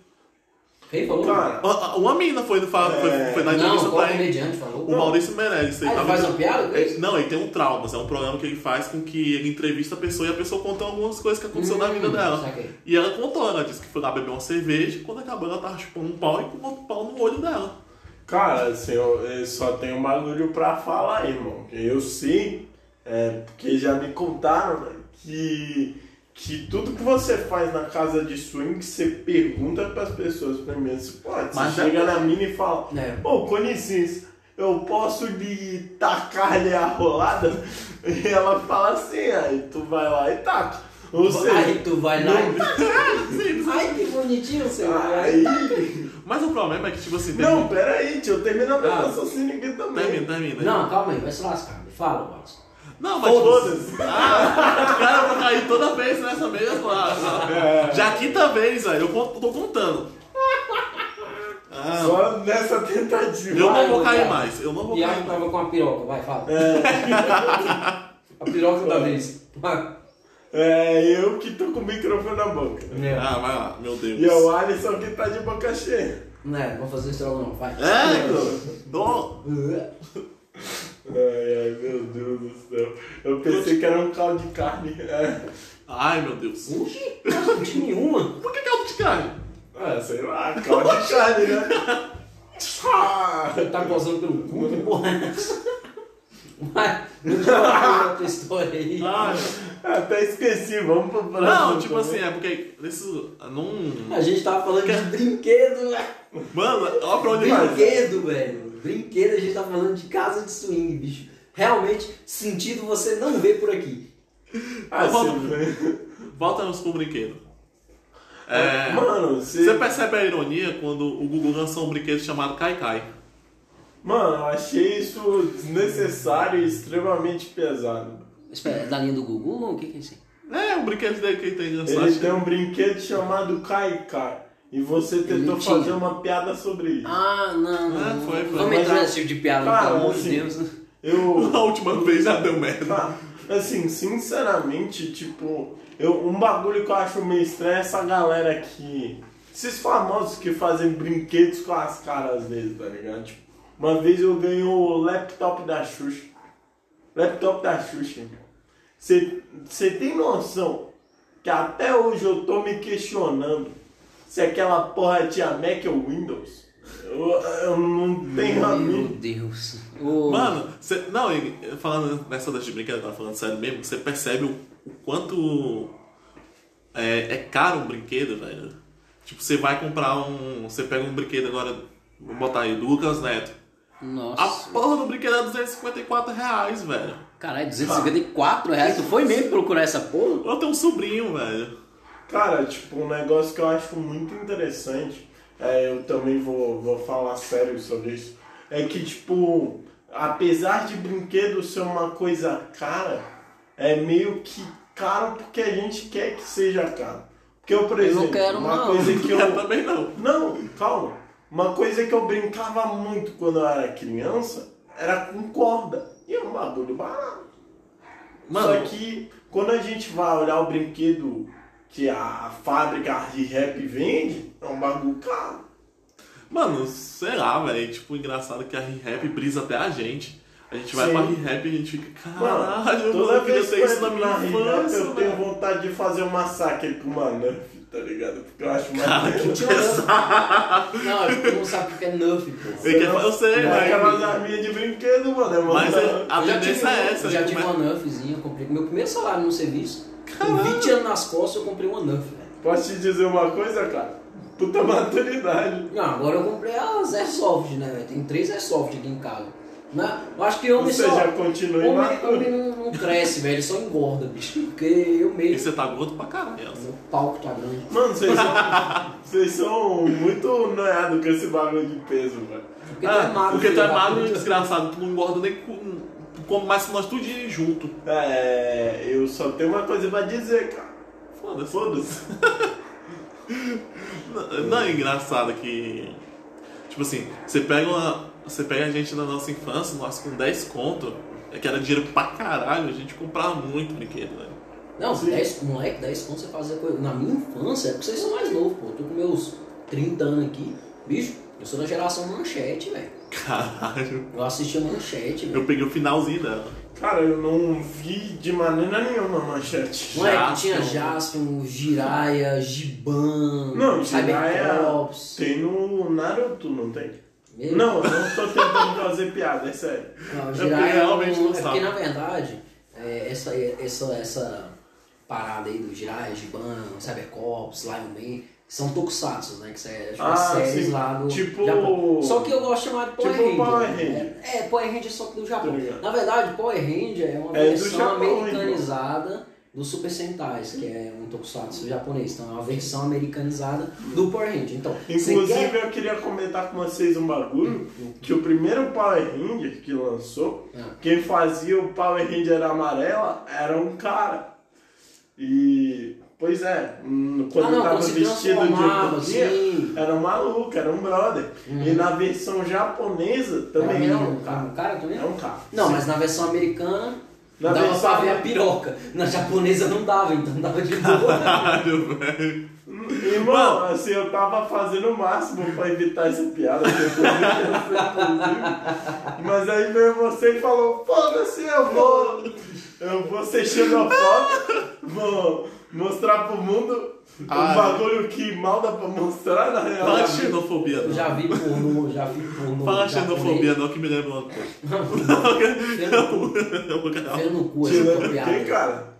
Speaker 2: Quem falou?
Speaker 3: Cara,
Speaker 1: Uma, uma mina foi, no, fa- foi,
Speaker 3: É.
Speaker 1: foi na
Speaker 2: não,
Speaker 1: entrevista
Speaker 2: qual
Speaker 1: pra ele.
Speaker 2: comediante falou?
Speaker 1: O Maurício Meirelles, ele
Speaker 2: Ah, ele
Speaker 1: tava-
Speaker 2: faz uma *laughs* piada com
Speaker 1: É,
Speaker 2: isso?
Speaker 1: Não, ele tem um traumas, é um programa que ele faz com que ele entrevista a pessoa e a pessoa conta algumas coisas que aconteceu na vida
Speaker 2: Hum,
Speaker 1: dela.
Speaker 2: saquei.
Speaker 1: E ela contou, ela disse que foi lá beber uma cerveja e quando acabou ela tava chupando um pau e com outro pau no olho dela.
Speaker 3: Cara, assim, eu, eu só tenho um bagulho pra falar, irmão. Que Eu sei, é, porque já me contaram, né, que, que tudo que você faz na casa de swing, você pergunta pras pessoas primeiro se pode. Você
Speaker 1: Mas
Speaker 3: chega
Speaker 1: é-
Speaker 3: na mina e fala,
Speaker 2: É.
Speaker 3: ô, com licença, eu posso lhe tacar-lhe a rolada? E ela fala assim, aí tu vai lá e taca. Ou seja,
Speaker 2: Ai, tu vai lá. e-
Speaker 1: Sim,
Speaker 2: Ai, que bonitinho, seu.
Speaker 3: aí...
Speaker 1: Mas o problema é que, tipo assim, tem
Speaker 3: Não, peraí, tio, termina meu
Speaker 2: Ah.
Speaker 3: raciocínio aqui também.
Speaker 1: Termina, termina.
Speaker 2: Não, calma aí, vai se lascar. Me fala, Watson.
Speaker 1: Não, mas
Speaker 3: Foda-se.
Speaker 1: Ah, o cara vai cair toda vez nessa mesma.
Speaker 2: Ah.
Speaker 1: Já a quinta vez, velho. Eu conto- tô contando.
Speaker 3: É, Só nessa tentativa.
Speaker 1: Eu não vou
Speaker 2: Vai,
Speaker 1: cair
Speaker 2: vai.
Speaker 1: mais. Eu não vou
Speaker 2: E aí
Speaker 1: cair mais.
Speaker 2: tava com a piroca, vai, fala. *laughs* a piroca da vez.
Speaker 3: É eu que tô com o microfone na boca.
Speaker 2: Né,
Speaker 1: Ah, vai lá, meu Deus.
Speaker 3: E é o Alisson que tá de boca cheia.
Speaker 2: Né, não vou fazer isso não, vai.
Speaker 1: É, então, dó.
Speaker 3: Ai, ai, meu Deus do céu. Eu pensei que era um caldo de carne. É.
Speaker 1: Ai, meu Deus.
Speaker 2: Puxa, não tinha nenhuma.
Speaker 1: Por que que eu te caio?
Speaker 3: Ah, sei lá, caldo de carne, né? Ah,
Speaker 2: Tá gozando pelo cu, que porra é essa? Vai, deixa eu falar outra história aí.
Speaker 1: Ai.
Speaker 3: é, Até esqueci, vamos pro próximo.
Speaker 1: Não, tipo assim,
Speaker 3: também.
Speaker 1: é porque. Isso. Não.
Speaker 2: A gente tava falando de brinquedo, né? velho.
Speaker 1: *laughs* Mano, ó pra onde vai.
Speaker 2: Brinquedo, velho. Brinquedo, a gente tá falando de casa de swing, bicho. Realmente, sentido você não vê por aqui.
Speaker 3: Ah,
Speaker 1: Vamos-
Speaker 3: sim.
Speaker 1: Voltamos pro brinquedo. É.
Speaker 3: Mano, você.
Speaker 1: Você percebe a ironia quando o Google lançou um brinquedo chamado Kai Kai?
Speaker 3: Mano, eu achei isso desnecessário e extremamente pesado.
Speaker 2: Espera, é da linha do Gugu ou o que que é isso aí?
Speaker 1: É, um brinquedo dele que ele tem lançado. *laughs*
Speaker 3: Ele tem um brinquedo chamado Kaikai. E você tentou
Speaker 2: tinha.
Speaker 3: fazer uma piada sobre isso.
Speaker 2: Ah, não, não.
Speaker 1: Ah,
Speaker 2: não.
Speaker 1: foi, foi.
Speaker 2: Vamos
Speaker 3: Mas
Speaker 2: entrar
Speaker 3: eu-
Speaker 2: nesse tipo de piada,
Speaker 3: Cara,
Speaker 2: pelo amor
Speaker 3: assim,
Speaker 2: de Deus. né?
Speaker 3: Eu.
Speaker 1: Na última vez já deu merda.
Speaker 3: Tá, Assim, sinceramente, tipo, eu, um bagulho que eu acho meio estranho é essa galera que. Esses famosos que fazem brinquedos com as caras às vezes, tá ligado? Tipo, uma vez eu ganhei o laptop da Xuxa. Laptop da Xuxa, irmão. Você tem noção que até hoje eu tô me questionando se aquela porra tinha Mac ou Windows? Eu, eu não tenho a
Speaker 2: Meu
Speaker 3: mínima.
Speaker 2: Deus. Ô,
Speaker 1: Mano, cê, não, e falando nessa das de brinquedo, eu tava falando sério mesmo, você percebe o, o quanto é, é caro um brinquedo, velho. Tipo, você vai comprar um. Você pega um brinquedo agora, vou botar aí, do Lucas Neto. A
Speaker 2: Nossa.
Speaker 1: porra do brinquedo é 254 reais, velho.
Speaker 2: Caralho, 254 reais? Tu foi mesmo procurar essa porra?
Speaker 1: Eu tenho um sobrinho, velho.
Speaker 3: Cara, tipo, um negócio que eu acho muito interessante, é, eu também vou, vou falar sério sobre isso, é que, tipo, apesar de brinquedo ser uma coisa cara, é meio que caro porque a gente quer que seja caro. Porque eu, por
Speaker 2: Eu não
Speaker 3: exemplo,
Speaker 2: quero,
Speaker 3: uma
Speaker 2: não. *laughs*
Speaker 3: coisa que *laughs*
Speaker 1: Eu,
Speaker 3: eu...
Speaker 1: também não.
Speaker 3: Não, calma. Uma coisa que eu brincava muito quando eu era criança era com corda. E é um bagulho barato. Só
Speaker 1: Mano,
Speaker 3: que quando a gente vai olhar o brinquedo que a fábrica de rap vende, é um bagulho caro.
Speaker 1: mano, sei lá, velho. Tipo, engraçado que a Rehab brisa até a gente. A gente vai
Speaker 3: Sim.
Speaker 1: pra Rehab e a gente fica,
Speaker 3: Mano,
Speaker 1: caralho, mano,
Speaker 3: toda
Speaker 1: eu queria
Speaker 3: vez que
Speaker 1: ter
Speaker 3: eu
Speaker 1: isso na
Speaker 3: entro na
Speaker 1: minha
Speaker 3: rap,
Speaker 1: infância,
Speaker 3: eu tenho
Speaker 1: velho.
Speaker 3: vontade de fazer um massacre pro Manuf, tá ligado? Porque eu acho mais.
Speaker 1: Cara, que
Speaker 2: Tinha um Nuff. Não, é porque tu não sabe o que é Nuff, pô.
Speaker 1: Eu, quero- eu sei,
Speaker 3: Não é
Speaker 1: mas.
Speaker 3: aquelas arminhas de brinquedo, mano. É uma
Speaker 1: Mas é- a
Speaker 2: Eu já
Speaker 1: tendência
Speaker 2: tive-
Speaker 1: é essa,
Speaker 2: eu Já
Speaker 1: né?
Speaker 2: tive
Speaker 1: Como é-
Speaker 2: uma Nuffzinha, eu comprei. Meu primeiro salário no serviço, com 20 anos nas costas, eu comprei uma Nuff, velho.
Speaker 3: Posso te dizer uma coisa, cara? Puta maturidade.
Speaker 2: Não, agora eu comprei as Airsoft, né, velho? Tem três Airsoft aqui em casa. Né? Eu acho que homem
Speaker 3: Você
Speaker 2: só. um
Speaker 3: já continua
Speaker 2: homem,
Speaker 3: imaturo.
Speaker 2: homem não, não cresce, velho. Ele só engorda, bicho. Porque eu
Speaker 1: E
Speaker 2: mesmo.
Speaker 1: você tá gordo pra caralho.
Speaker 2: Meu palco tá grande.
Speaker 3: Mano, vocês são, *laughs* vocês são muito noiados com esse bagulho de peso, velho.
Speaker 2: Porque tu
Speaker 1: Ah,
Speaker 2: é magro.
Speaker 1: porque tu
Speaker 2: filho
Speaker 1: é
Speaker 2: da
Speaker 1: magro e
Speaker 2: puta.
Speaker 1: desgraçado, tu não engorda nem com. Tu come mais que nós tudinho junto.
Speaker 3: É, eu só tenho uma coisa pra dizer, cara.
Speaker 1: Foda-se. *laughs*
Speaker 3: Foda-se.
Speaker 1: Não- Não é engraçado que. Tipo assim, você pega uma. Você pega a gente na nossa infância, nós com 10 conto, é que era dinheiro pra caralho, a gente comprava muito brinquedo, né?
Speaker 2: Não,
Speaker 3: Sim.
Speaker 2: 10, moleque, 10 conto você fazia coisa. Na minha infância, é porque vocês são mais novos, pô. Eu tô com meus 30 anos aqui. Bicho, eu sou da geração manchete, velho.
Speaker 1: Caralho.
Speaker 2: Eu assistia manchete, velho.
Speaker 1: Eu peguei o finalzinho dela.
Speaker 3: Cara, eu não vi de maneira nenhuma a manchete.
Speaker 1: Ué?
Speaker 2: Moleque, tinha
Speaker 1: Jaspion.
Speaker 2: Jaspion, Jiraya, Giban,
Speaker 3: Não,
Speaker 2: Cybercops.
Speaker 3: Tem no Naruto, não tem?
Speaker 2: Meu
Speaker 3: Não, eu não tô tentando fazer piada, é sério.
Speaker 2: Não,
Speaker 1: Eu
Speaker 2: girar é, um,
Speaker 1: realmente não
Speaker 2: é porque
Speaker 1: sabe.
Speaker 2: na verdade, é, essa, essa, essa parada aí do Jiraiya, Giban, Cybercops, Lion Man, são tokusatsu, né? Que são tipo,
Speaker 3: Ah,
Speaker 2: as séries
Speaker 3: sim.
Speaker 2: lá do
Speaker 3: Tipo-
Speaker 2: Japão. Só que eu gosto de chamar de Power
Speaker 3: Tipo
Speaker 2: Ranger.
Speaker 3: Power
Speaker 2: né?
Speaker 3: Ranger.
Speaker 2: É, é, Power Ranger só que do Japão.
Speaker 3: Tá ligado.
Speaker 2: na verdade, Power Ranger é uma
Speaker 3: É do
Speaker 2: versão
Speaker 3: Japão, hein,
Speaker 2: americanizada do Super Sentais, que é um tokusatsu japonês. Então é uma versão americanizada do Power Ranger. Então, você quer... Hum.
Speaker 3: Inclusive, eu queria comentar com vocês um bagulho, que o primeiro Power Ranger que lançou,
Speaker 2: Ah.
Speaker 3: quem fazia o Power Ranger amarela era um cara. E, pois é, hum, quando
Speaker 2: Ah, não,
Speaker 3: tava
Speaker 2: quando se
Speaker 3: vestido de
Speaker 2: transformava,
Speaker 3: utopia,
Speaker 2: sim. Uhum.
Speaker 3: era um maluco, era um brother. E na versão japonesa também era um
Speaker 2: cara,
Speaker 3: cara.
Speaker 2: cara também?
Speaker 3: É um cara.
Speaker 2: Não, mas na versão americana
Speaker 3: Na
Speaker 2: dava
Speaker 3: versão-
Speaker 2: pra ver a piroca. Na japonesa não dava, então dava de
Speaker 3: *laughs*
Speaker 2: boa.
Speaker 1: Caralho, velho.
Speaker 3: E, mano, assim, eu tava fazendo o máximo pra evitar essa piada, que eu tô tentando ser inclusivo. mas aí veio você e falou, foda-se, eu vou, eu vou ser xenofóbico, vou mostrar pro mundo
Speaker 1: Ah.
Speaker 3: um bagulho que mal dá pra mostrar, na real.
Speaker 1: Fala xenofobia,
Speaker 2: Eu
Speaker 1: não.
Speaker 2: já vi pornô, já vi pornô.
Speaker 1: Fala
Speaker 2: japonês.
Speaker 1: xenofobia, não, que me lembra uma coisa. *laughs*
Speaker 2: Fé no cu, é
Speaker 3: Te
Speaker 2: essa
Speaker 3: lembra
Speaker 2: piada.
Speaker 3: quem, né? cara?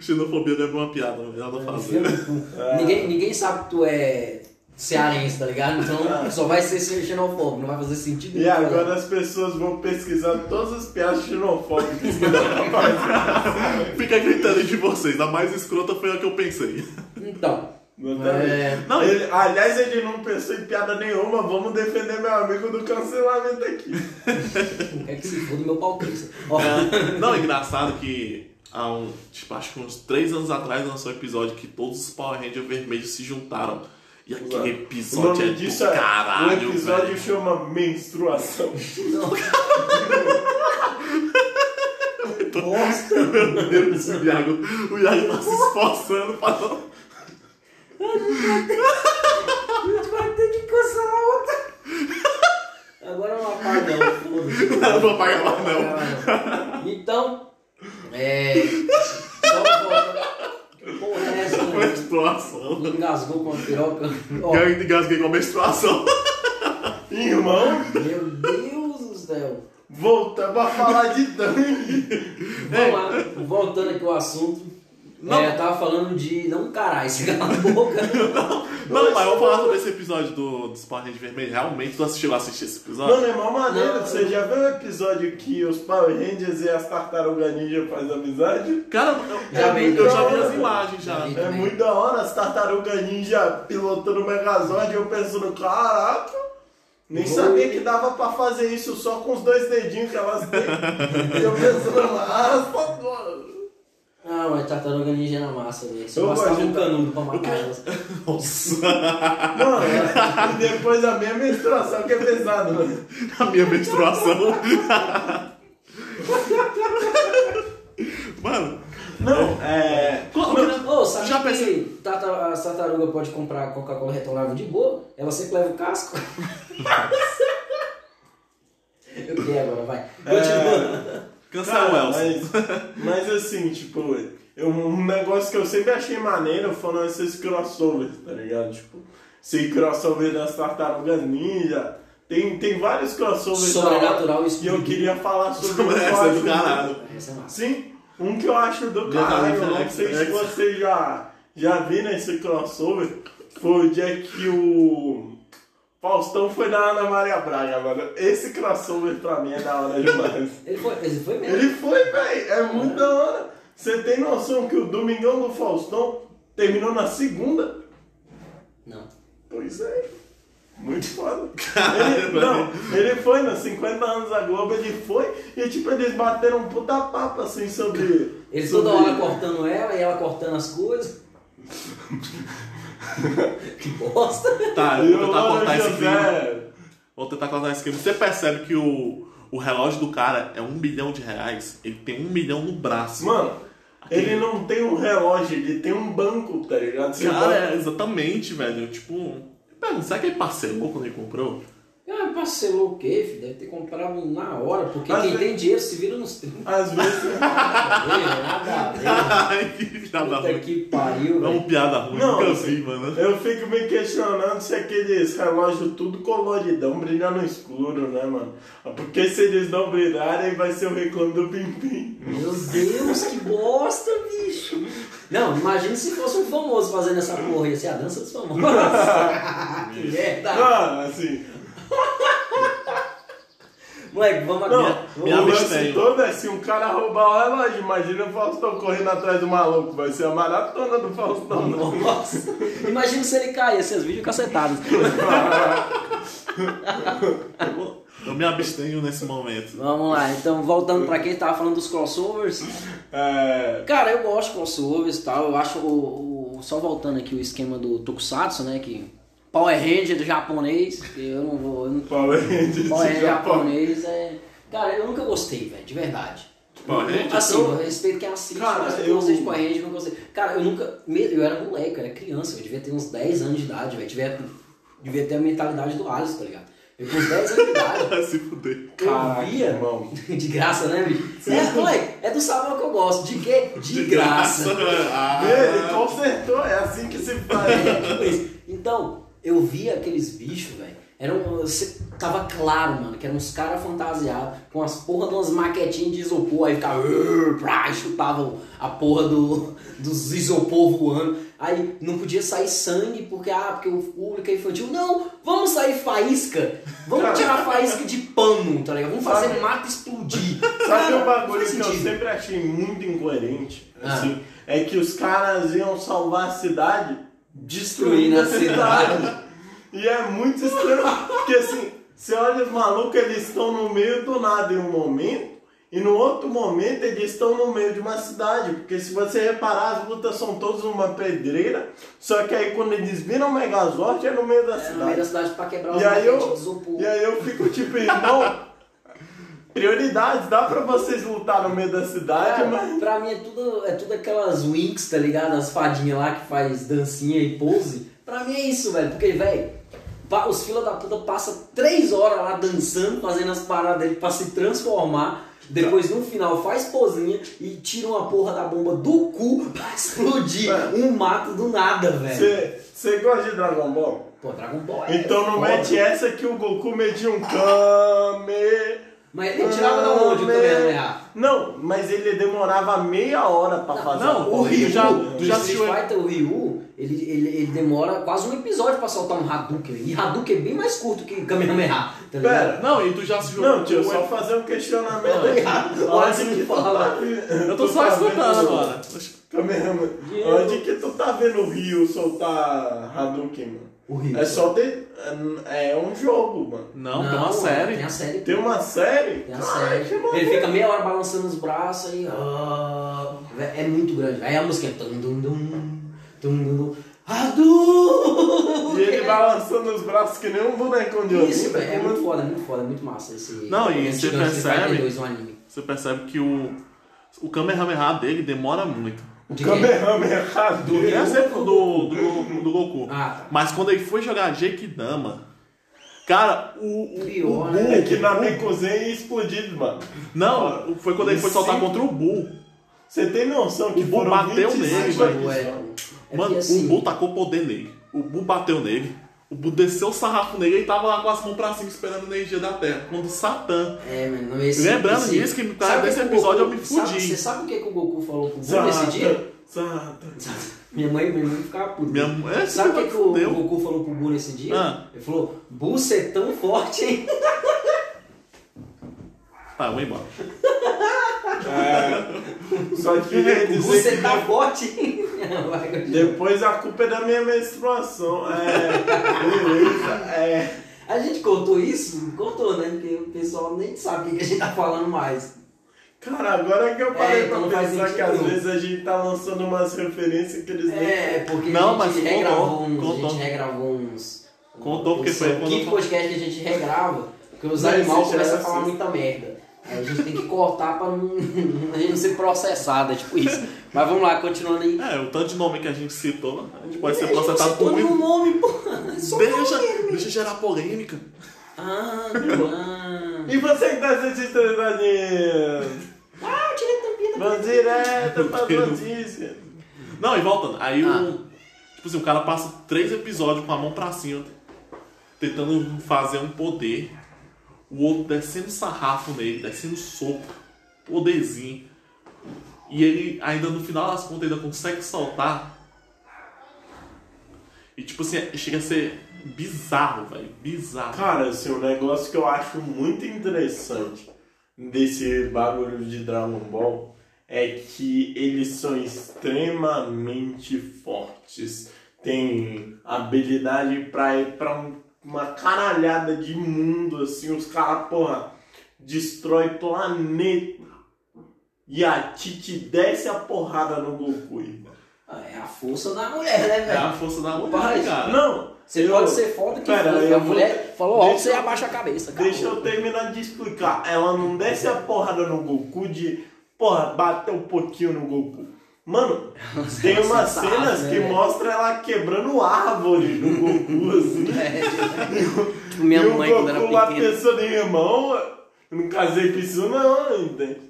Speaker 1: Xenofobia lembra uma piada, melhor não
Speaker 2: Fé
Speaker 1: fazer.
Speaker 2: no cu.
Speaker 3: É.
Speaker 2: Ninguém, ninguém sabe que tu é cearense, tá ligado? Então só vai ser xenofóbico, não vai fazer sentido
Speaker 3: É. E
Speaker 2: nenhum, né?
Speaker 3: agora as pessoas vão pesquisar todas as piadas xenofóbicas que dá
Speaker 2: *laughs*
Speaker 3: pra fazer.
Speaker 1: Fica gritando de vocês, a mais escrota foi a que eu pensei.
Speaker 2: Então.
Speaker 3: Não tá
Speaker 2: É,
Speaker 3: vendo?
Speaker 1: Não,
Speaker 3: Ele- aliás, ele não pensou em piada nenhuma. Vamos defender meu amigo do cancelamento aqui.
Speaker 2: é que se foda meu pau cresça. Ó,
Speaker 3: *laughs*
Speaker 1: Não, é engraçado que há um, tipo, acho que uns três anos atrás lançou um episódio que todos os Power Rangers vermelhos se juntaram. E aquele
Speaker 3: O
Speaker 1: episódio
Speaker 3: nome
Speaker 1: é
Speaker 3: disso
Speaker 1: do
Speaker 3: é.
Speaker 1: caralho,
Speaker 3: o episódio
Speaker 1: velho.
Speaker 3: chama Menstruação.
Speaker 2: bosta.
Speaker 1: Meu Deus, *laughs* o Iago, o Iago tá se esforçando pra não...
Speaker 2: A gente vai ter que cancelar outra. Agora eu não apago, não. foda-se.
Speaker 1: Não vou pagar mais, não.
Speaker 2: Então, é. Só volta. Porra, é essa, né?
Speaker 1: Menstruação.
Speaker 2: Engasgou com a piroca. Ó,
Speaker 1: Eu ainda engasguei com a menstruação.
Speaker 3: Irmão,
Speaker 2: meu Deus do céu.
Speaker 3: voltamos a falar de Dang.
Speaker 2: Vamos lá, voltando aqui ao assunto.
Speaker 1: Não.
Speaker 2: É, eu tava falando de. Não, caralho, se cala a boca.
Speaker 1: Não, mas vamos falar sobre esse episódio do, dos Power Rangers vermelhos. Realmente, tu assistiu a assistir esse episódio?
Speaker 3: Mano, é mó maneiro.
Speaker 2: Não.
Speaker 3: Você já viu o episódio que os Power Rangers e as Tartarugas Ninja fazem amizade?
Speaker 1: Cara, eu
Speaker 2: Já
Speaker 1: já,
Speaker 2: vi,
Speaker 1: vi, eu já vi
Speaker 3: não.
Speaker 1: as imagens já.
Speaker 2: Já vi.
Speaker 3: É
Speaker 2: Também.
Speaker 3: muito da hora as tartarugas ninja pilotando o Megazord. Eu pensando, caraca, nem
Speaker 2: Oi.
Speaker 3: sabia que dava pra fazer isso só com os dois dedinhos que elas têm. E eu
Speaker 1: *laughs*
Speaker 3: pensando, ah, só agora."
Speaker 2: Ah, mas tartaruga ninja na massa, velho. Só
Speaker 3: Eu
Speaker 2: bastava
Speaker 3: gosto de
Speaker 2: um
Speaker 3: tar-
Speaker 2: canudo pra matar elas.
Speaker 1: Nossa,
Speaker 3: Mano, e depois a minha menstruação que é pesado, mano.
Speaker 1: a minha menstruação. Mano, Né?
Speaker 3: Não, é.
Speaker 1: qual-
Speaker 2: Ô, sabe
Speaker 1: já
Speaker 2: que
Speaker 1: pensei-
Speaker 2: tata- a tartaruga pode comprar Coca-Cola retornável de boa? Ela sempre leva o
Speaker 1: *laughs*
Speaker 2: casco. Eu queria agora, vai.
Speaker 1: É.
Speaker 2: Continua.
Speaker 1: Cancela
Speaker 3: Cara,
Speaker 1: o Elson. *laughs*
Speaker 3: mas, mas assim, tipo, eu- um negócio que eu sempre achei maneiro foram esses crossovers, tá ligado? Tipo, esse crossover das tartarugas ninja. Tem, tem vários crossovers. da
Speaker 2: Sobrenatural
Speaker 3: hora,
Speaker 2: e
Speaker 3: E eu
Speaker 2: Scooby-Doo.
Speaker 3: queria falar sobre um
Speaker 1: Mas
Speaker 3: que eu
Speaker 1: essa é do
Speaker 3: acho-
Speaker 1: caralho.
Speaker 2: Essa é massa.
Speaker 3: Sim, um que eu acho do
Speaker 1: Já tá
Speaker 3: caralho.
Speaker 1: vendo,
Speaker 3: eu Não
Speaker 1: Alex,
Speaker 3: sei se
Speaker 1: Alex.
Speaker 3: vocês já, já viram esse crossover. Foi o dia que o. Faustão foi na Ana Maria Braga, mano. Esse crossover pra mim é da hora demais.
Speaker 2: Ele foi, ele foi mesmo.
Speaker 3: Ele foi, velho. É muito da hora. Você tem noção que o Domingão do Faustão terminou na segunda?
Speaker 2: Não.
Speaker 3: Pois é. Muito foda.
Speaker 1: Caralho,
Speaker 3: Ele,
Speaker 1: velho.
Speaker 3: não, ele foi nos 50 anos da Globo, ele foi e tipo, eles bateram um puta papo assim sobre.
Speaker 2: Eles
Speaker 3: sobre-
Speaker 2: toda hora cortando ela e ela cortando as
Speaker 3: *laughs*
Speaker 2: coisas. que bosta.
Speaker 1: Tá,
Speaker 3: E
Speaker 1: eu vou
Speaker 3: o
Speaker 1: tentar cortar
Speaker 3: Loro
Speaker 1: esse clima.
Speaker 3: José,
Speaker 1: Vou tentar cortar esse clima. Você percebe que o, o relógio do cara é um milhão de reais? Ele tem um milhão no braço.
Speaker 3: Mano, ele não tem um relógio, ele tem um banco, tá ligado? Você
Speaker 1: Cara,
Speaker 3: bota-
Speaker 1: é, exatamente, velho. Tipo, pera, será que ele parcelou quando ele comprou? *laughs*
Speaker 2: Ah, parcelou o quê, filho? Deve ter comprado um na hora, porque
Speaker 3: Às
Speaker 2: quem
Speaker 3: vezes-
Speaker 2: tem dinheiro se vira nos 30.
Speaker 3: Às vezes.
Speaker 2: Nada a
Speaker 3: *laughs*
Speaker 2: ver.
Speaker 1: Ai, que piada
Speaker 2: Puta
Speaker 1: ruim.
Speaker 2: que pariu,
Speaker 1: É
Speaker 2: velho.
Speaker 1: uma piada ruim,
Speaker 3: Não,
Speaker 1: nunca
Speaker 3: assim,
Speaker 1: vi, mano.
Speaker 3: Eu fico me questionando se aqueles relógios tudo coloridão brilhando no escuro, né, mano? Porque se eles não brilharem, vai ser o reclame do Pimpim.
Speaker 2: Meu Deus, que bosta, bicho. Não, imagina se fosse um famoso fazendo essa porra. Ia ser a dança
Speaker 3: *laughs*
Speaker 2: dos famosos. que merda.
Speaker 3: Ah, assim.
Speaker 2: Moleque, vamos
Speaker 3: Não,
Speaker 2: agora.
Speaker 1: me
Speaker 3: o
Speaker 2: Vamos-
Speaker 3: lance
Speaker 1: abstenho.
Speaker 3: todo é se um cara roubar o relógio. Imagina o Faustão correndo atrás do maluco. Vai ser a maratona do Faustão. né?
Speaker 2: Nossa. Imagina se ele cair, assim, esses vídeos cacetados.
Speaker 1: Eu vou-
Speaker 2: É.
Speaker 1: Eu me abstenho nesse momento.
Speaker 2: Vamos lá, então voltando pra quem tava falando dos crossovers.
Speaker 3: É.
Speaker 2: Cara, eu gosto de crossovers e tal. Eu acho o, o- Só voltando aqui o esquema do Tokusatsu, né? Que Power Ranger do japonês. que Eu não vou.
Speaker 3: *laughs*
Speaker 2: Eu não,
Speaker 3: Power Rangers
Speaker 2: Power
Speaker 3: do
Speaker 2: Ranger
Speaker 3: Japão.
Speaker 2: japonês é. Cara, eu nunca gostei, velho, de verdade.
Speaker 1: Power Ranger?
Speaker 2: Assim, eu respeito quem assiste,
Speaker 3: Cara,
Speaker 2: mas eu
Speaker 3: eu-
Speaker 2: não gostei de Power Ranger, não gostei. Cara, eu nunca. me- Eu era moleque, eu era criança, eu devia ter uns 10 anos de idade, velho. Devia, devia ter a mentalidade do Alice, tá ligado? Eu com uns 10 anos de idade.
Speaker 1: *laughs* Vai se fuder.
Speaker 2: Eu
Speaker 3: Caraca,
Speaker 2: via,
Speaker 3: irmão.
Speaker 2: *laughs* de graça, né, bicho? É, moleque, é do sabor que eu gosto. De *laughs* quê? De, graça. *laughs*
Speaker 1: Ah,
Speaker 3: Ele consertou, é assim que se faz.
Speaker 2: Tipo isso. Então, eu via aqueles bichos, velho. Era um, você- tava claro, mano, que eram uns caras fantasiados com as porra de umas maquetinhas de isopor. Aí ficava. "Ur", prá, e chutavam a porra do, *laughs* dos isopor voando. Aí não podia sair sangue porque, ah, porque o público é infantil. Não, vamos sair faísca. Vamos tirar faísca de pano, tá ligado? Vamos fazer mata explodir.
Speaker 3: Sabe
Speaker 2: Cara,
Speaker 3: um bagulho
Speaker 2: faz
Speaker 3: que eu
Speaker 2: sentido.
Speaker 3: sempre achei muito incoerente?
Speaker 2: Ah.
Speaker 3: Assim, é que os caras iam salvar a cidade
Speaker 2: Destruindo
Speaker 3: destruindo
Speaker 2: a
Speaker 3: a cidade. *laughs* E é muito estranho, porque assim, você olha os malucos, eles estão no meio do nada em um momento, e no outro momento eles estão no meio de uma cidade. Porque se você reparar, as lutas são todas uma pedreira, só que aí quando eles viram o Megazord é no meio da
Speaker 2: No meio
Speaker 3: cidade.
Speaker 2: da cidade pra quebrar os
Speaker 3: E aí,
Speaker 2: maquetes de
Speaker 3: eu,
Speaker 2: isopor.
Speaker 3: e aí eu fico tipo, irmão, prioridades, dá pra vocês lutar no meio da cidade,
Speaker 2: Cara,
Speaker 3: mas.
Speaker 2: pra mim é tudo, é tudo aquelas winks, tá ligado? As fadinhas lá que faz dancinha e pose. Pra mim é isso, velho. Porque, velho, pa- os fila da puta passam três horas lá dançando, fazendo as paradas dele pra se transformar. Depois no final faz posinha e tira uma porra da bomba do cu pra *laughs* explodir
Speaker 3: É.
Speaker 2: um mato do nada, velho.
Speaker 3: Você gosta de Dragon Ball?
Speaker 2: Pô, Dragon Ball é
Speaker 3: Então não
Speaker 2: foda.
Speaker 3: mete essa que o Goku metia um Kame.
Speaker 2: Mas ele tirava da onde né? o
Speaker 3: Kame.
Speaker 2: Kamehameha?
Speaker 3: Não, mas ele demorava meia hora pra fazer.
Speaker 1: não,
Speaker 3: a
Speaker 1: o
Speaker 3: porra.
Speaker 1: Ryu já-
Speaker 2: Do
Speaker 1: tu já
Speaker 2: Street
Speaker 1: assistiu ele?
Speaker 2: Fighter, o Ryu, ele, ele, ele demora quase um episódio pra soltar um Hadouken. E Hadouken é bem mais curto que Kamehameha, tá ligado?
Speaker 3: Pera.
Speaker 1: Não, e tu já assistiu.
Speaker 3: Não, tio,
Speaker 1: o-
Speaker 3: só fazer um questionamento
Speaker 1: Ah,
Speaker 3: aqui.
Speaker 2: *laughs* olha que
Speaker 3: tu
Speaker 2: fala.
Speaker 3: tá vendo-
Speaker 1: Eu tô
Speaker 3: tu
Speaker 1: só
Speaker 3: tá vendo-
Speaker 1: escutando agora.
Speaker 3: Kamehameha.
Speaker 2: Diego.
Speaker 3: Onde que tu tá vendo o Ryu soltar Hadouken, mano?
Speaker 2: O Ryu.
Speaker 3: É só ter. É um jogo, mano.
Speaker 1: Não, tem uma série.
Speaker 2: Tem a série.
Speaker 3: Tem uma série?
Speaker 2: Tem a
Speaker 3: Ai, que
Speaker 2: série.
Speaker 3: maluco.
Speaker 2: Ele fica meia hora balançando os braços aí. ah, vé- é muito grande. Aí a música é. Tum, dum, dum, tum, dum, dum. Hadouken!
Speaker 3: E ele balançando os braços que nem um bonecão de
Speaker 2: Isso,
Speaker 3: anime,
Speaker 2: velho. É
Speaker 3: como-
Speaker 2: muito foda, é muito foda, é muito massa esse.
Speaker 1: Não, e
Speaker 2: esse
Speaker 1: você
Speaker 2: Gigante
Speaker 1: percebe-
Speaker 2: Street Fighter 2 no um anime.
Speaker 1: Você percebe que o. O Kamehameha dele demora muito.
Speaker 2: De quem?
Speaker 3: Kamehameha
Speaker 1: Do,
Speaker 3: Hadouken.
Speaker 1: do, do, do Goku.
Speaker 2: Ah, tá.
Speaker 1: Mas quando ele foi jogar Jequidama, cara, o. o
Speaker 2: Pior,
Speaker 1: o
Speaker 2: né?
Speaker 1: Buu-
Speaker 3: É que na Nekuzen ia explodir, mano.
Speaker 1: Não, foi quando ele foi soltar
Speaker 3: Sim.
Speaker 1: contra o Bull.
Speaker 2: é
Speaker 3: Você tem noção que
Speaker 1: O Bull
Speaker 3: foram
Speaker 1: bateu
Speaker 3: 25
Speaker 1: nele,
Speaker 2: Ué, é
Speaker 3: episódios?
Speaker 2: porque
Speaker 1: Mano,
Speaker 2: assim,
Speaker 1: o Bull tacou poder nele. O Bull bateu nele. O Bull desceu o sarrafo nele e tava lá com as mãos pra cima esperando a energia da Terra. Quando o Satã.
Speaker 2: É, mano, esse,
Speaker 1: Lembrando
Speaker 2: esse,
Speaker 1: disso, que me traz
Speaker 2: Sabe
Speaker 1: desse
Speaker 2: o que o
Speaker 1: episódio,
Speaker 2: Goku-
Speaker 1: eu me fudi.
Speaker 2: sabe- Você sabe o que, que o Goku falou pro Buu nesse
Speaker 3: Zata,
Speaker 2: dia? *laughs*
Speaker 3: Zata.
Speaker 2: Minha mãe, minha mãe ficava puta.
Speaker 1: Minha mãe- é,
Speaker 2: sabe o
Speaker 1: você
Speaker 2: que, que o
Speaker 1: fudeu.
Speaker 2: Goku falou pro Buu nesse dia?
Speaker 1: Ah.
Speaker 2: Ele falou, Buu, você é tão forte,
Speaker 1: *laughs*
Speaker 2: hein?
Speaker 1: Tá, eu vou embora.
Speaker 3: É. Só queria
Speaker 2: Buu,
Speaker 3: dizer
Speaker 2: você
Speaker 1: é
Speaker 3: que
Speaker 2: tá forte, hein? *laughs*
Speaker 4: Vai, continua.
Speaker 3: Depois a culpa é da minha menstruação. É. Beleza. É.
Speaker 2: A gente contou isso? Contou, né? Porque o pessoal nem sabe o que a gente tá falando mais.
Speaker 3: Cara, agora que eu
Speaker 2: É,
Speaker 3: parei pra
Speaker 2: então não faz
Speaker 3: pensar
Speaker 2: sentido
Speaker 3: que às
Speaker 2: nenhum.
Speaker 3: vezes a gente tá lançando umas referências que eles nem.
Speaker 2: É, porque
Speaker 1: Não,
Speaker 2: a
Speaker 1: mas
Speaker 2: gente
Speaker 1: contou,
Speaker 2: regravou uns. A
Speaker 1: contou.
Speaker 2: gente regravou uns.
Speaker 1: Contou, porque
Speaker 2: uns-
Speaker 1: foi
Speaker 2: O
Speaker 1: quando
Speaker 2: quinto
Speaker 1: eu-
Speaker 2: podcast que a gente regrava, porque os
Speaker 3: Não,
Speaker 2: animais
Speaker 3: esse já
Speaker 2: começam a
Speaker 3: é
Speaker 2: falar
Speaker 3: assim.
Speaker 2: muita merda. Aí a gente tem que cortar pra não, a gente não ser processada, tipo isso. Mas vamos lá, continuando aí.
Speaker 1: É, o tanto de nome que a gente citou, a gente pode
Speaker 2: A
Speaker 1: ser
Speaker 2: gente
Speaker 1: processado
Speaker 2: citou
Speaker 1: por
Speaker 2: nenhum
Speaker 1: muito.
Speaker 2: um nome, porra. Só
Speaker 1: Deixa,
Speaker 2: nome.
Speaker 1: deixa gerar polêmica.
Speaker 2: Ah, Luan.
Speaker 3: E você que tá assistindo a gente?
Speaker 2: Ah, eu tirei a tampinha da
Speaker 3: Vamos direto pra
Speaker 1: Meu Deus.
Speaker 3: notícia.
Speaker 1: Não, e voltando, aí
Speaker 4: Ah.
Speaker 1: o. Tipo assim, o cara passa três episódios com a mão pra cima, tentando fazer um poder. O outro descendo sarrafo nele, descendo soco, poderzinho. E ele ainda no final das contas ainda consegue soltar. E tipo assim, chega a ser bizarro, velho. Bizarro.
Speaker 3: Cara, assim, um negócio que eu acho muito interessante desse bagulho de Dragon Ball é que eles são extremamente fortes. Tem habilidade pra ir pra um- uma caralhada de mundo, assim, os caras, porra, destrói planeta. E a Titi desce a porrada no Goku, irmão.
Speaker 2: Ah, É a força da mulher, né,
Speaker 1: É a
Speaker 2: velho?
Speaker 1: força da mulher,
Speaker 2: Rapaz,
Speaker 1: cara.
Speaker 3: Não!
Speaker 2: Você
Speaker 3: eu-
Speaker 2: pode ser foda que
Speaker 3: Pera,
Speaker 2: for,
Speaker 3: eu
Speaker 2: a
Speaker 3: vou-
Speaker 2: mulher falou alto,
Speaker 3: deixa
Speaker 2: você
Speaker 3: eu-
Speaker 2: abaixa a cabeça. acabou.
Speaker 3: Deixa
Speaker 2: *laughs*
Speaker 3: eu terminar de explicar. Ela não desce a porrada no Goku de, porra, bater um pouquinho no Goku.
Speaker 2: *laughs*
Speaker 3: Mano, tem
Speaker 4: ela
Speaker 3: umas
Speaker 4: sentava,
Speaker 3: cenas
Speaker 4: né,
Speaker 3: que
Speaker 4: velho?
Speaker 3: mostra ela quebrando árvore no Goku,
Speaker 2: *laughs*
Speaker 3: assim.
Speaker 4: É, tipo, minha
Speaker 3: e
Speaker 4: mãe
Speaker 3: o
Speaker 4: quando
Speaker 3: Goku
Speaker 4: era
Speaker 3: lá
Speaker 4: pequena.
Speaker 3: pensando em irmão, eu não casei com isso não, entende?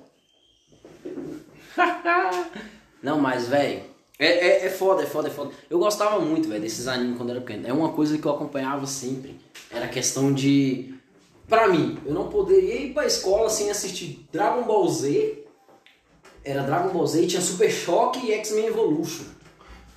Speaker 4: Não, mas, velho. É, é, é foda, é foda, é foda. Eu gostava muito, velho, desses animes quando era pequeno. É uma coisa que eu acompanhava sempre. Era a questão de. Pra mim, eu não poderia ir pra escola sem assistir Dragon Ball Z. Era Dragon Ball Z, tinha Super Choque e X-Men Evolution.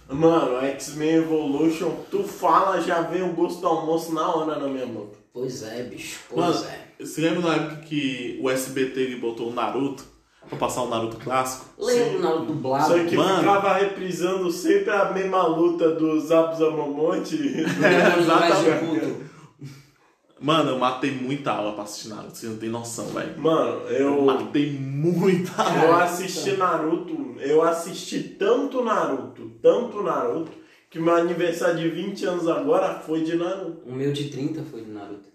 Speaker 3: Mano, X-Men Evolution, tu fala, já vem o gosto do almoço na hora na minha boca.
Speaker 4: Pois é, bicho. Pois
Speaker 1: Mano,
Speaker 4: é.
Speaker 1: você lembra na época que o SBT ele botou o Naruto pra passar o Naruto clássico?
Speaker 4: Lembro
Speaker 3: sim.
Speaker 4: na hora dublado.
Speaker 3: Só que
Speaker 1: mano.
Speaker 3: ficava reprisando sempre a mesma luta do Zabu Zamomonte.
Speaker 4: Demônio do Vale de
Speaker 3: é exatamente.
Speaker 4: é Puto.
Speaker 1: Mano, eu matei muita aula pra assistir Naruto, vocês não tem noção, velho.
Speaker 3: *laughs* Mano,
Speaker 1: Eu
Speaker 3: eu,
Speaker 1: matei muita aula.
Speaker 3: eu assisti Naruto, eu assisti tanto Naruto, tanto Naruto, que meu aniversário de 20 anos agora foi de Naruto.
Speaker 4: O meu de 30 foi de Naruto.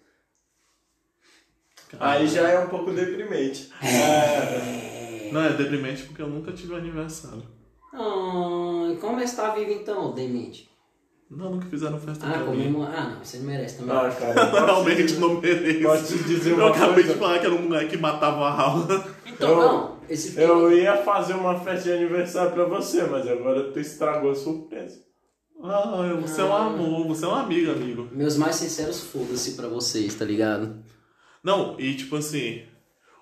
Speaker 1: Ah,
Speaker 3: Aí já é um pouco deprimente. É,
Speaker 1: Não, é deprimente porque eu nunca tive um aniversário.
Speaker 4: Ah, como está vivo então, demente?
Speaker 1: Não, nunca fizeram festa
Speaker 4: Ah,
Speaker 1: pra mim.
Speaker 4: comemora. Ah, não, você não merece também.
Speaker 3: ah, cara, eu posso
Speaker 1: *laughs* Realmente
Speaker 3: dizer-
Speaker 1: não mereço.
Speaker 3: Posso te dizer
Speaker 1: eu
Speaker 3: uma
Speaker 1: acabei
Speaker 3: coisa?
Speaker 1: de falar que era um moleque que matava a aula. *laughs*
Speaker 4: então,
Speaker 3: eu-
Speaker 4: não, esse
Speaker 3: Eu ia fazer uma festa de aniversário pra você, mas agora tu estragou a surpresa.
Speaker 1: Ah, você é um amor, você é um amigo, amigo.
Speaker 4: Meus mais sinceros foda-se pra vocês, tá ligado?
Speaker 1: Não, e tipo assim,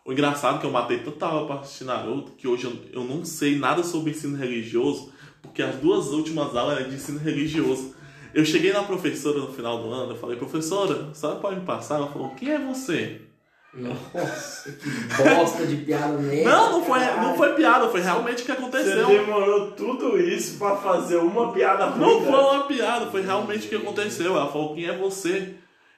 Speaker 1: o engraçado é que eu matei tanta aula pra assistir Naruto que hoje eu, eu não sei nada sobre ensino religioso, porque as duas últimas aulas eram de ensino religioso. Eu cheguei na professora no final do ano, eu falei, professora, a senhora pode me passar? Ela falou, quem é você?
Speaker 4: Nossa, que *laughs* bosta de piada
Speaker 2: É
Speaker 4: merda.
Speaker 1: Não, não foi,
Speaker 4: caralho.
Speaker 1: não foi piada, foi realmente o que
Speaker 3: Você
Speaker 1: aconteceu.
Speaker 3: demorou tudo isso pra fazer uma piada ruim. né?
Speaker 1: Não
Speaker 3: dessa.
Speaker 1: foi uma piada, foi realmente o que aconteceu. Ela falou, quem é você?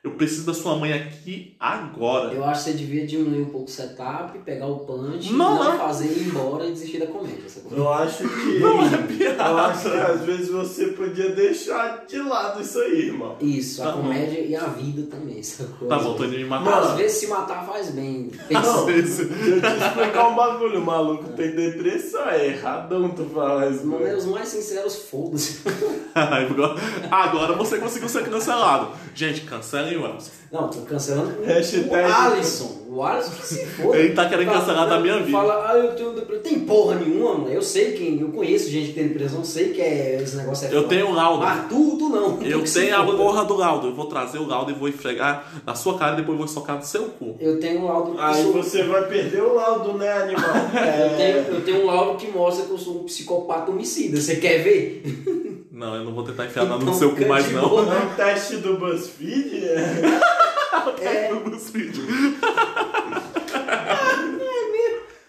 Speaker 1: Eu preciso da sua mãe aqui agora.
Speaker 4: Eu acho que você devia diminuir um pouco o setup, pegar o punch,
Speaker 1: Não,
Speaker 4: não,
Speaker 1: não.
Speaker 4: fazer ir embora e desistir da comédia. Essa coisa.
Speaker 3: Eu acho que.
Speaker 1: Não é
Speaker 3: Eu acho que
Speaker 1: piada.
Speaker 3: às vezes você podia deixar de lado isso aí, irmão.
Speaker 4: Isso, a
Speaker 1: Tá bom.
Speaker 4: comédia e a vida também, essa coisa.
Speaker 1: Tá voltando de me matar.
Speaker 4: Às vezes se matar faz bem.
Speaker 1: Às
Speaker 4: Pensa-
Speaker 1: vezes.
Speaker 3: Deixa eu te explicar um bagulho, maluco. Tem depressão, é erradão tu falar isso.
Speaker 4: Mano,
Speaker 3: né?
Speaker 4: os mais sinceros, foda-se.
Speaker 1: *laughs* Agora- Agora você conseguiu ser cancelado. Gente, cancelem o Elson.
Speaker 4: Não, tô cancelando o-
Speaker 3: Hashtag-
Speaker 4: o Alisson. O Alisson que se foda.
Speaker 1: Ele tá querendo
Speaker 4: Fala-
Speaker 1: cancelar da minha
Speaker 4: fala,
Speaker 1: vida.
Speaker 4: ah, eu tenho depressão. Tem porra nenhuma, mano. Eu sei quem, eu conheço gente que tem depressão, sei que é, esse negócio é
Speaker 1: Eu
Speaker 4: foda.
Speaker 1: tenho laudo.
Speaker 2: Ah,
Speaker 4: Arthur, tu não.
Speaker 1: Eu
Speaker 4: Tu que se
Speaker 1: tenho a
Speaker 4: foda.
Speaker 1: porra do laudo. Eu vou trazer o laudo e vou esfregar na sua cara e depois vou socar no seu cu.
Speaker 4: Eu tenho um laudo que
Speaker 3: Aí
Speaker 4: sou-
Speaker 3: você vai perder o laudo, né, animal?
Speaker 4: *laughs* Eu tenho,
Speaker 3: É.
Speaker 4: eu tenho um laudo que mostra que eu sou um psicopata homicida. Você quer ver?
Speaker 1: Não, eu não vou tentar enfiar nada no
Speaker 4: Então,
Speaker 1: seu cu mais
Speaker 4: de
Speaker 1: não.
Speaker 4: boa.
Speaker 3: É um teste do BuzzFeed? É. *laughs*
Speaker 4: É,
Speaker 1: Nos vídeos.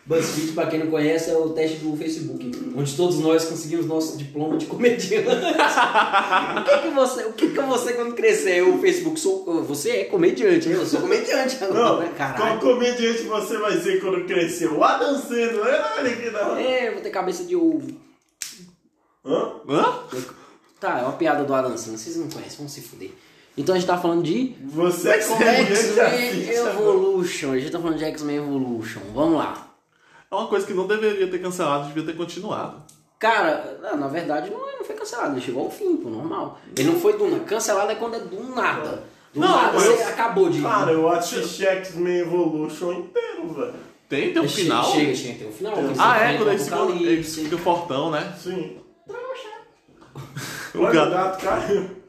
Speaker 4: BuzzFeed, pra quem não conhece, é o teste do Facebook.
Speaker 2: onde todos nós conseguimos nosso diploma de comediante. *laughs* o que que você, o que que você quando crescer o Facebook sou, você é comediante, eu sou comediante agora,
Speaker 3: Não, qual
Speaker 2: caralho.
Speaker 3: comediante você vai ser quando crescer? O Adam Sandler, olha ele aqui não.
Speaker 2: É, eu vou ter cabeça de ovo.
Speaker 3: Hã?
Speaker 1: Hã?
Speaker 2: Tá, é uma piada do Adam Sandler, vocês não conhecem, vão se fuder. Então a gente tá falando de
Speaker 3: Você é comediante
Speaker 2: X-Men
Speaker 3: assim, chamou.
Speaker 2: Evolution. A gente tá falando de X-Men Evolution. Vamos lá.
Speaker 1: É uma coisa que não deveria ter cancelado, devia ter continuado.
Speaker 2: Cara, na- na verdade não, é- não foi cancelado, ele chegou ao fim, pô, normal. Ele não foi do nada. Cancelado é quando é do nada. Do
Speaker 1: Não,
Speaker 2: nada
Speaker 1: mas-
Speaker 2: você acabou de.
Speaker 3: Cara, eu assisti X-Men Evolution inteiro, velho.
Speaker 1: Tem, tem um
Speaker 2: Che-
Speaker 1: final?
Speaker 2: Chega, chega, tem um final. que eles
Speaker 1: Ah,
Speaker 2: enfrentam
Speaker 1: é, quando eles ficam,
Speaker 2: Apocalipse.
Speaker 1: eles ficam fortão, né?
Speaker 3: Sim.
Speaker 1: O
Speaker 3: Olha,
Speaker 1: gato-
Speaker 3: o gato caiu.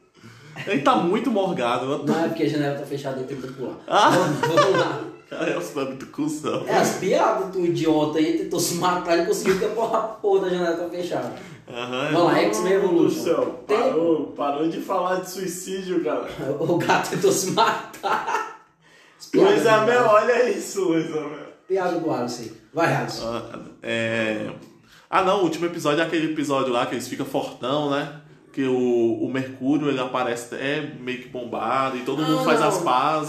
Speaker 1: Ele tá muito morgado. eu tô-
Speaker 2: Não, é porque a janela tá fechada, eu tenho que pular.
Speaker 1: Ah.
Speaker 2: Vamos, vamos lá.
Speaker 1: Cara, é um samba do cuzão.
Speaker 2: É as piadas, tu idiota aí, tentou se matar e conseguiu que a porra, porra da janela tá fechada.
Speaker 1: Aham. é
Speaker 2: Vamos lá, X-Men
Speaker 3: Meu Deus
Speaker 2: Evolution.
Speaker 3: do céu,
Speaker 2: Tem-
Speaker 3: parou, parou de falar de suicídio, cara.
Speaker 2: O gato tentou se matar. As piadas
Speaker 3: Luiz
Speaker 2: do
Speaker 3: Amel,
Speaker 2: Alisson.
Speaker 3: olha isso, Luiz Amel.
Speaker 2: Piada do Alisson. aí. Vai, Alisson.
Speaker 1: Ah, é... ah, não, o último episódio é aquele episódio lá que eles ficam fortão, né? Que o, o Mercúrio ele aparece é meio que bombado e todo mundo
Speaker 2: Ah,
Speaker 1: faz
Speaker 2: não.
Speaker 1: as
Speaker 2: É o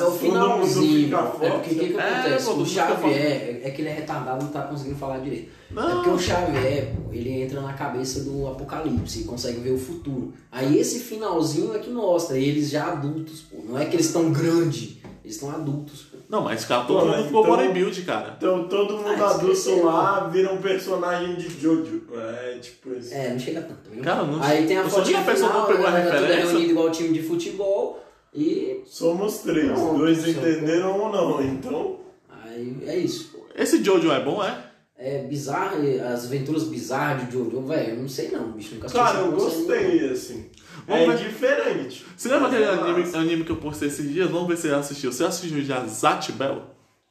Speaker 1: pazes.
Speaker 2: finalzinho.
Speaker 3: Todo mundo fica
Speaker 2: É porque o que, que
Speaker 1: forte.
Speaker 2: acontece?
Speaker 1: É, todo
Speaker 2: o
Speaker 1: mundo fica
Speaker 2: Xavier é que ele é retardado, não tá conseguindo falar direito. É
Speaker 1: Não.
Speaker 2: porque o Xavier, pô, ele entra na cabeça do apocalipse e consegue ver o futuro. Aí esse finalzinho é que mostra eles já adultos, pô. Não é que eles estão grandes, eles estão adultos, pô.
Speaker 1: Não, mas cara, todo
Speaker 3: Pô,
Speaker 1: mundo
Speaker 3: mas
Speaker 1: ficou
Speaker 3: então-
Speaker 1: bodybuild, cara.
Speaker 3: Então todo mundo
Speaker 2: Ah,
Speaker 3: adulto
Speaker 2: esqueceu.
Speaker 3: lá vira um personagem de Jojo. É tipo isso.
Speaker 2: É, não chega tanto. viu?
Speaker 1: Cara, não-
Speaker 2: Aí tem a
Speaker 1: eu só
Speaker 2: fotinha
Speaker 1: tinha pessoa que
Speaker 2: final,
Speaker 1: não pegou a
Speaker 2: galera toda
Speaker 1: referência.
Speaker 2: reunida igual time de futebol. E
Speaker 3: Somos três,
Speaker 2: Não,
Speaker 3: dois
Speaker 2: seu-
Speaker 3: entenderam ou não, então.
Speaker 2: aí é isso, pô.
Speaker 1: Esse Jojo é bom, é?
Speaker 2: É bizarro, e as aventuras bizarras de Jojo, velho, eu não sei não, bicho, nunca assisti
Speaker 3: Cara,
Speaker 2: essa
Speaker 3: eu
Speaker 2: porra, sei não.
Speaker 3: gostei, assim.
Speaker 1: Vamos
Speaker 3: É
Speaker 1: ver.
Speaker 3: diferente.
Speaker 1: Você lembra
Speaker 3: Mas
Speaker 1: aquele
Speaker 3: é
Speaker 1: anime,
Speaker 3: massa.
Speaker 1: anime que eu postei esses dias? Vamos ver se ele assistiu. Você assistiu já Zat Bell?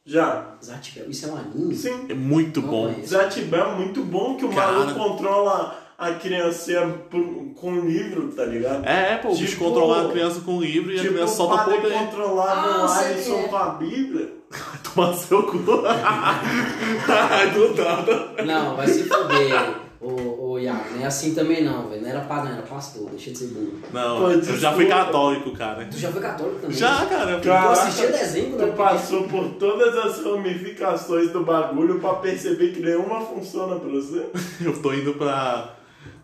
Speaker 3: Já.
Speaker 2: Zatch Bell, isso é um anime?
Speaker 3: Sim.
Speaker 1: É muito
Speaker 2: Não
Speaker 1: bom.
Speaker 2: conheço.
Speaker 3: Zatibel é muito bom que o
Speaker 1: Cara.
Speaker 3: maluco controla a criança por- com o livro, tá ligado?
Speaker 1: É, é, pô, o bicho
Speaker 3: Tipo-
Speaker 1: controlar a criança com o livro e a
Speaker 3: Tipo,
Speaker 1: criança tá
Speaker 3: o
Speaker 1: solta
Speaker 3: padre
Speaker 1: é poder.
Speaker 3: controlava
Speaker 2: Ah,
Speaker 3: o
Speaker 2: sei
Speaker 3: Alisson
Speaker 2: quem é.
Speaker 3: com a Bíblia.
Speaker 1: *laughs* Tomar seu cu. Do nada.
Speaker 2: Não, vai se foder, ô, ô Iago, não é assim também não, velho, não era padre, não, era pastor, deixa de ser burro.
Speaker 1: Não,
Speaker 3: Pô,
Speaker 1: eu
Speaker 3: desculpa.
Speaker 1: já fui católico, cara.
Speaker 2: Tu já foi católico também?
Speaker 1: Já, cara. eu fui-
Speaker 3: Cara.
Speaker 2: Tu assistia desenho né? quando
Speaker 3: Tu
Speaker 2: era pequeno?
Speaker 3: passou por todas as ramificações do bagulho pra perceber que nenhuma funciona pra você? *laughs*
Speaker 1: Eu tô indo pra.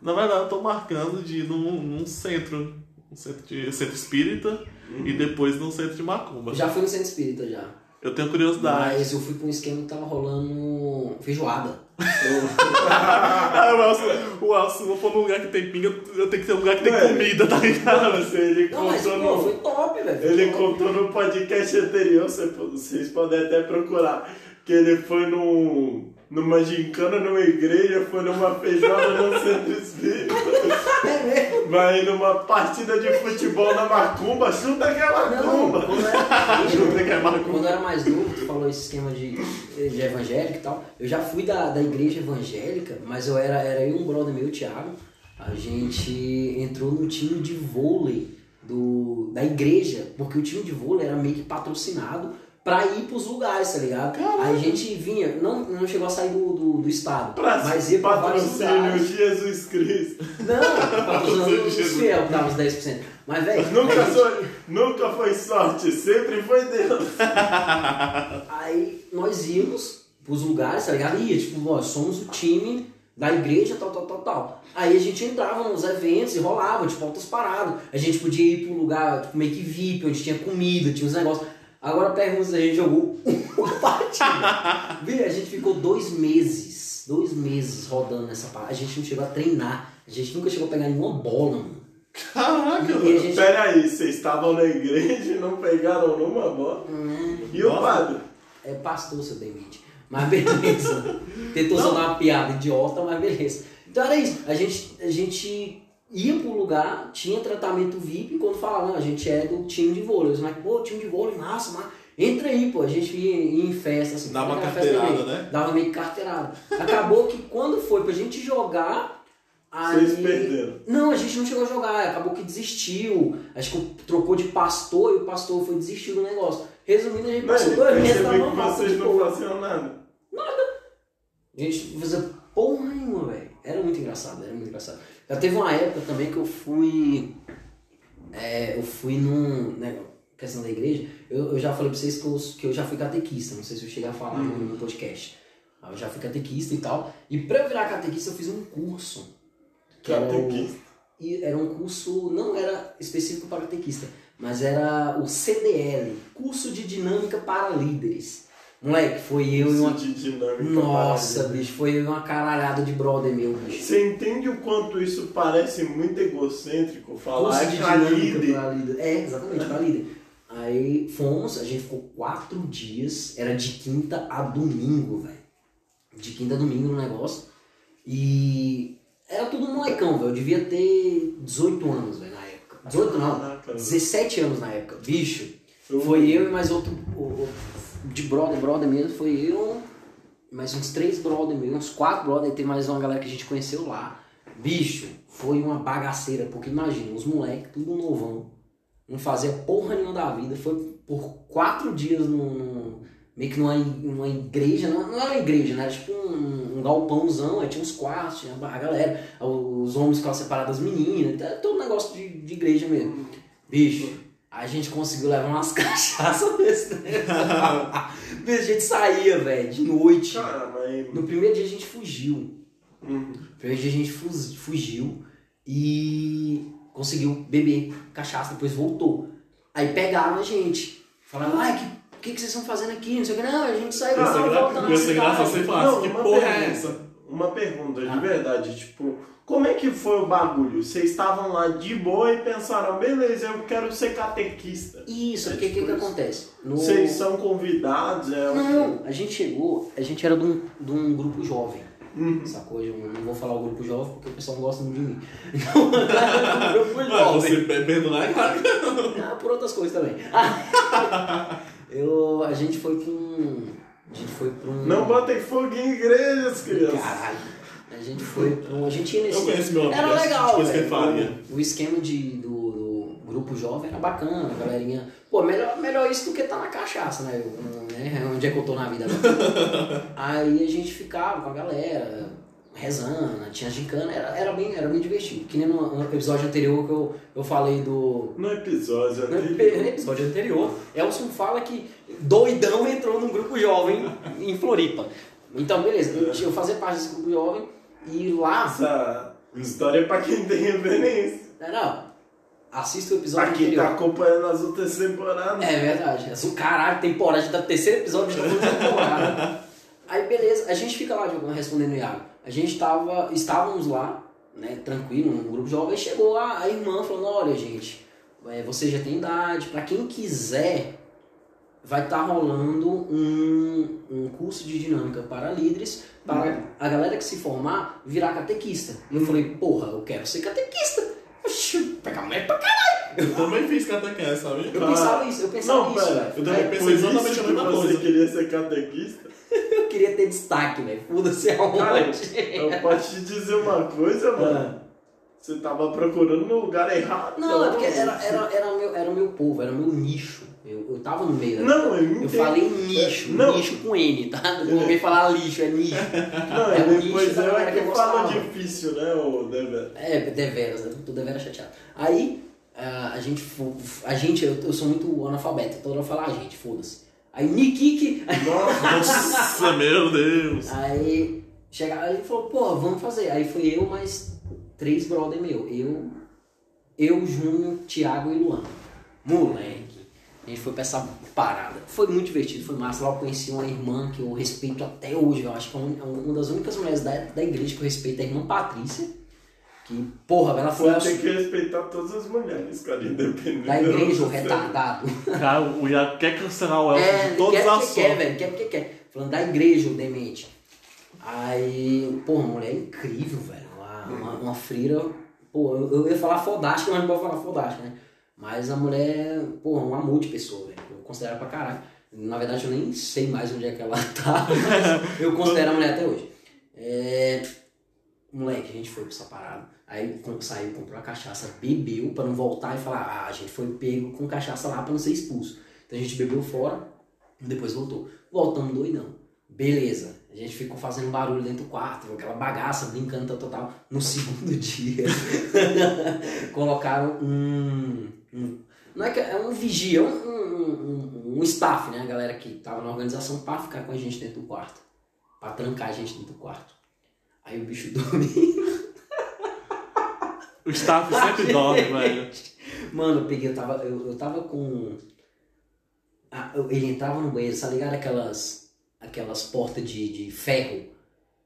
Speaker 1: Na verdade, eu tô marcando de ir num, num centro. Um centro, de, centro espírita e depois num centro de macumba.
Speaker 2: Uhum. Já fui no centro espírita, já.
Speaker 1: Eu tenho curiosidade.
Speaker 2: Mas eu fui pra um esquema que tava rolando feijoada.
Speaker 1: Ah, o Elcio, o Elcio, se não for num lugar que tem pinga, eu tenho que ter um lugar que tem
Speaker 3: É.
Speaker 1: comida, tá ligado?
Speaker 3: Cara, se ele
Speaker 2: Não, mas,
Speaker 3: contou
Speaker 2: pô,
Speaker 3: no,
Speaker 2: foi top, velho. foi
Speaker 3: ele
Speaker 2: top.
Speaker 3: contou no podcast anterior, você- vocês podem até procurar, que ele foi num, numa gincana numa igreja, foi numa feijoada no centro espírita,
Speaker 2: É
Speaker 3: vai numa partida de futebol na macumba, chuta aquela
Speaker 2: Não,
Speaker 3: macumba!
Speaker 2: quando
Speaker 3: *laughs*
Speaker 2: eu era-
Speaker 1: Chuta que é macumba.
Speaker 2: Quando eu era mais novo, tu falou esse esquema de, de evangélico e tal. Eu já fui da, da igreja evangélica, mas eu era, era eu e um brother meu, o Thiago. A gente entrou no time de vôlei do, da igreja, porque o time de vôlei era meio que patrocinado pra ir pros lugares, tá ligado? Aí a gente vinha, não, não chegou a sair do, do, do estado,
Speaker 3: Pra
Speaker 2: mas ia pra vários
Speaker 3: patrocínio
Speaker 2: lugares.
Speaker 3: Jesus Cristo. *laughs*
Speaker 2: Não, patrocinando os fiel que dava os 10%. Mas, velho,
Speaker 3: Nunca,
Speaker 2: a gente-
Speaker 3: sou- nunca foi sorte, sempre foi Deus.
Speaker 2: Aí nós íamos pros lugares, tá ligado? Ia, tipo, nós somos o time da igreja, tal, tal, tal, tal. Aí a gente entrava nos eventos e rolava, tipo, altas paradas. A gente podia ir pra um lugar, tipo, meio que VIP, onde tinha comida, tinha uns negócios. Agora pergunta é se a gente jogou *laughs* uma partida. Vê, a gente ficou dois meses, dois meses rodando nessa parada. A gente não chegou a treinar, a gente nunca chegou a pegar nenhuma bola, mano.
Speaker 1: Caraca,
Speaker 2: E a gente-
Speaker 3: Pera aí, vocês estavam na igreja e não pegaram numa bola?
Speaker 2: Hum.
Speaker 3: E o
Speaker 1: Nossa.
Speaker 3: padre?
Speaker 2: É pastor, seu David. Mas beleza. Tentou sonar uma piada idiota, mas beleza. Então era isso. A gente, a gente ia pro lugar, tinha tratamento VIP, e quando falava, não, a gente é do time de vôlei. Os moleques, pô, time de vôlei, massa, mas entra aí, pô. A gente ia, ia em festa, assim.
Speaker 1: Dava
Speaker 2: era
Speaker 1: uma
Speaker 2: festa
Speaker 1: carteirada,
Speaker 2: meio-
Speaker 1: né?
Speaker 2: Dava meio que carteirada. Acabou que quando foi pra gente jogar. Aí...
Speaker 3: Vocês perderam.
Speaker 2: Não, a gente não chegou a jogar, acabou que desistiu. Acho que trocou de pastor e o pastor foi desistir do negócio. Resumindo, Tipo, a tipo, gente
Speaker 3: Tipo, Não, tipo,
Speaker 2: passou
Speaker 3: ele
Speaker 2: dois meses na
Speaker 3: percebeu que
Speaker 2: mamata de
Speaker 3: vocês não
Speaker 2: boa.
Speaker 3: faziam nada.
Speaker 2: Gente, não fazia porra nenhuma, velho. Era muito engraçado, era muito engraçado. Já teve uma época também que eu fui. é, eu fui num. Né, questão da igreja. Eu, eu já falei pra vocês que eu, que eu já fui catequista. Não sei se eu cheguei a
Speaker 3: Uhum.
Speaker 2: falar no, no podcast. Aí Eu já fui catequista e tal. E pra eu virar catequista, eu fiz um curso. que era o-
Speaker 3: Catequista.
Speaker 2: e era um curso, não era específico para catequista, mas era o CDL Curso de Dinâmica para Líderes. Moleque, foi eu e
Speaker 3: Isso
Speaker 2: uma.
Speaker 3: de dinâmica
Speaker 2: Nossa,
Speaker 3: maravilhosa.
Speaker 2: bicho, foi eu e uma caralhada de brother meu, bicho.
Speaker 3: Você entende o quanto isso parece muito egocêntrico? Falar
Speaker 2: Curso
Speaker 3: que tá a
Speaker 2: de dinâmica
Speaker 3: líder
Speaker 2: pra líder. É, exatamente, pra líder. Aí fomos, a gente ficou quatro dias, era de quinta a domingo, velho. De quinta a domingo no negócio. E era tudo molecão, velho. Eu devia ter 18 anos, velho, na época. 18 não,
Speaker 3: Ah, Caraca.
Speaker 2: 17 anos na época. Bicho,
Speaker 3: Eu-
Speaker 2: foi eu e mais outro. o- o- De brother, brother mesmo, foi eu, mais uns três brother mesmo, uns quatro brother, e tem mais uma galera que a gente conheceu lá. Bicho, foi uma bagaceira, porque imagina, os moleques, tudo novão, não fazia porra nenhuma da vida, foi por quatro dias num. num- meio que numa, numa igreja, não, não era uma igreja, né? Era tipo um, um galpãozão, aí tinha uns quartos, tinha a galera, os homens ficavam separados das meninas, era todo negócio de, de igreja mesmo. Bicho, a gente conseguiu levar umas *laughs* cachaças desse negócio. Bicho, a gente saía, velho, de noite.
Speaker 3: Cara, mas...
Speaker 2: No primeiro dia a gente fugiu.
Speaker 3: Uhum.
Speaker 2: No primeiro dia a gente fuz- fugiu e conseguiu beber cachaça, depois voltou. Aí pegaram a gente. Falaram, ai, que. O que, que vocês estão fazendo aqui? Não sei o que. Não, a gente saiu
Speaker 1: Essa
Speaker 2: lá,
Speaker 1: gra-
Speaker 2: volta na
Speaker 1: essa graça
Speaker 2: cidade.
Speaker 1: você fala,
Speaker 3: Não,
Speaker 1: que
Speaker 3: uma
Speaker 1: porra é
Speaker 3: pergunta.
Speaker 1: essa?
Speaker 3: Uma pergunta, de
Speaker 2: Ah.
Speaker 3: verdade, tipo, como é que foi o bagulho? Vocês estavam lá de boa e pensaram, beleza, eu quero ser catequista.
Speaker 2: Isso,
Speaker 3: É
Speaker 2: porque o que,
Speaker 3: tipo
Speaker 2: que
Speaker 3: isso.
Speaker 2: acontece? No-
Speaker 3: Vocês são convidados, é
Speaker 2: Não, a gente chegou, a gente era de um, de um grupo jovem.
Speaker 3: Uhum.
Speaker 2: Sacou? Eu não vou falar o grupo jovem porque o pessoal não gosta muito de
Speaker 3: *laughs*
Speaker 2: mim. Então, era um *laughs* grupo
Speaker 1: Mas
Speaker 2: jovem.
Speaker 1: você bebendo lá, cara.
Speaker 2: Ah, por outras coisas também. *laughs* Eu, a gente foi pra um. A gente foi pra um.
Speaker 3: Não botem fogo em igrejas, crianças.
Speaker 2: Caralho. A gente foi pra um. A gente ia nesse.
Speaker 1: Eu conheço meu amigo.
Speaker 2: Era
Speaker 1: esse tipo de
Speaker 2: legal.
Speaker 1: Coisa que
Speaker 2: velho.
Speaker 1: ele faria.
Speaker 2: O esquema de, do, do grupo jovem era bacana, a galerinha. Pô, melhor, melhor isso do que tá na cachaça, né? Eu, né? *laughs* Onde é que eu tô na
Speaker 1: *laughs*
Speaker 2: vida agora? Aí a gente ficava com a galera, rezando, tinha gincana, era, era, bem, era bem divertido. Que nem no, no episódio anterior que eu, eu falei do.
Speaker 3: No episódio
Speaker 2: No
Speaker 3: anterior.
Speaker 2: episódio anterior, Elson fala que doidão entrou num grupo jovem em Floripa. Então, beleza, eu, eu fazia parte desse grupo jovem e lá.
Speaker 3: Essa história é pra quem tem referência.
Speaker 2: Não, não. Assista o episódio
Speaker 3: Pra quem
Speaker 2: anterior.
Speaker 3: tá acompanhando as outras temporadas.
Speaker 2: É verdade. Essa, caralho, temporada, a gente tá no terceiro episódio de outra temporada. Aí beleza, a gente fica lá de alguma respondendo o Iago. A gente tava. Estávamos lá, né, tranquilo, num grupo jovem, aí chegou a, a irmã falando, olha gente, é, você já tem idade, pra quem quiser, vai estar rolando um, um curso de dinâmica para líderes, para a galera que se formar virar catequista. E eu falei, porra, eu quero ser catequista. Oxi, pegar mulher pra
Speaker 1: Eu também fiz catequese, sabe?
Speaker 2: eu
Speaker 3: Ah.
Speaker 2: pensava isso, eu pensava
Speaker 3: Não,
Speaker 2: isso. né? É,
Speaker 3: pera,
Speaker 2: velho.
Speaker 1: eu também
Speaker 2: Aí,
Speaker 1: pensei
Speaker 3: Por isso
Speaker 1: exatamente a
Speaker 3: que
Speaker 1: mesma
Speaker 3: você
Speaker 1: coisa.
Speaker 3: queria ser catequista?
Speaker 2: eu queria ter destaque, velho. Foda-se é um aonde.
Speaker 3: Eu posso te dizer uma coisa, mano. Você tava procurando no lugar errado.
Speaker 2: Ah. Não, é porque era, era, era, meu, era meu povo, era meu nicho. Eu, eu tava no meio da.
Speaker 3: Não, eu
Speaker 2: eu
Speaker 3: entendo.
Speaker 2: falei nicho,
Speaker 3: Não.
Speaker 2: nicho com N, tá? Eu coloquei falar lixo, é nicho.
Speaker 3: *laughs* Não,
Speaker 2: é um nicho
Speaker 3: depois
Speaker 2: da
Speaker 3: eu é
Speaker 2: galera que
Speaker 3: que
Speaker 2: eu
Speaker 3: falo
Speaker 2: gostava.
Speaker 3: difícil, né, ô Dever?
Speaker 2: É, deveras, eu tô deveras chateado. Aí, ah, a gente, fo- a gente eu, eu sou muito analfabeto, toda hora eu falo, ah, gente, foda-se. Aí, Nikiki, *laughs*
Speaker 1: Nossa, meu Deus.
Speaker 2: Aí chegaram ele falou, pô, vamos fazer. Aí foi eu mais três brother meu. Eu, eu, Júnior, Thiago e Luan. Moleque. A gente foi pra essa parada. Foi muito divertido, foi massa. Lá eu conheci uma irmã que eu respeito até hoje. Eu acho que é um- é uma das únicas mulheres da, da igreja que eu respeito, é a irmã Patrícia. Que, porra, ela foi.
Speaker 3: Você tem que respeitar todas as mulheres, cara, independente.
Speaker 2: Da igreja, o
Speaker 3: do-
Speaker 2: retardado.
Speaker 1: Cara, o Iago quer cancelar o Elcio
Speaker 2: É,
Speaker 1: de
Speaker 2: quer
Speaker 1: todas as
Speaker 2: porque quer,
Speaker 1: formas.
Speaker 2: velho, quer porque quer. Falando da igreja, o demente. Aí, pô, a mulher é incrível, velho. Uma, uma, uma freira, pô, eu, eu ia falar fodástica, mas não vou falar fodástica, né? Mas a mulher, pô, é um amor de pessoa, velho. Eu considero ela pra caralho. Na verdade, eu nem sei mais onde é que ela *laughs* tá, mas eu considero a mulher até hoje. É, Moleque, a gente foi pra essa parada. Aí com- saiu, comprou a cachaça, bebeu pra não voltar e falar, ah, a gente foi pego com cachaça lá pra não ser expulso. Então a gente bebeu fora, depois voltou. Voltamos doidão. Beleza. A gente ficou fazendo barulho dentro do quarto, aquela bagaça, brincando, tal, tal, tal. No *laughs* segundo dia, *laughs* colocaram um, um- Não é que é um vigia, um, um, um, um staff, né? A galera que tava na organização pra ficar com a gente dentro do quarto. Pra trancar a gente dentro do quarto. Aí o bicho *laughs* dormiu.
Speaker 1: O staff sempre dorme,
Speaker 2: *laughs*
Speaker 1: velho.
Speaker 2: Mano, eu peguei, eu tava, eu, eu tava com. Ah, eu- ele entrava no banheiro, tá ligado? Aquelas, aquelas portas de, de ferro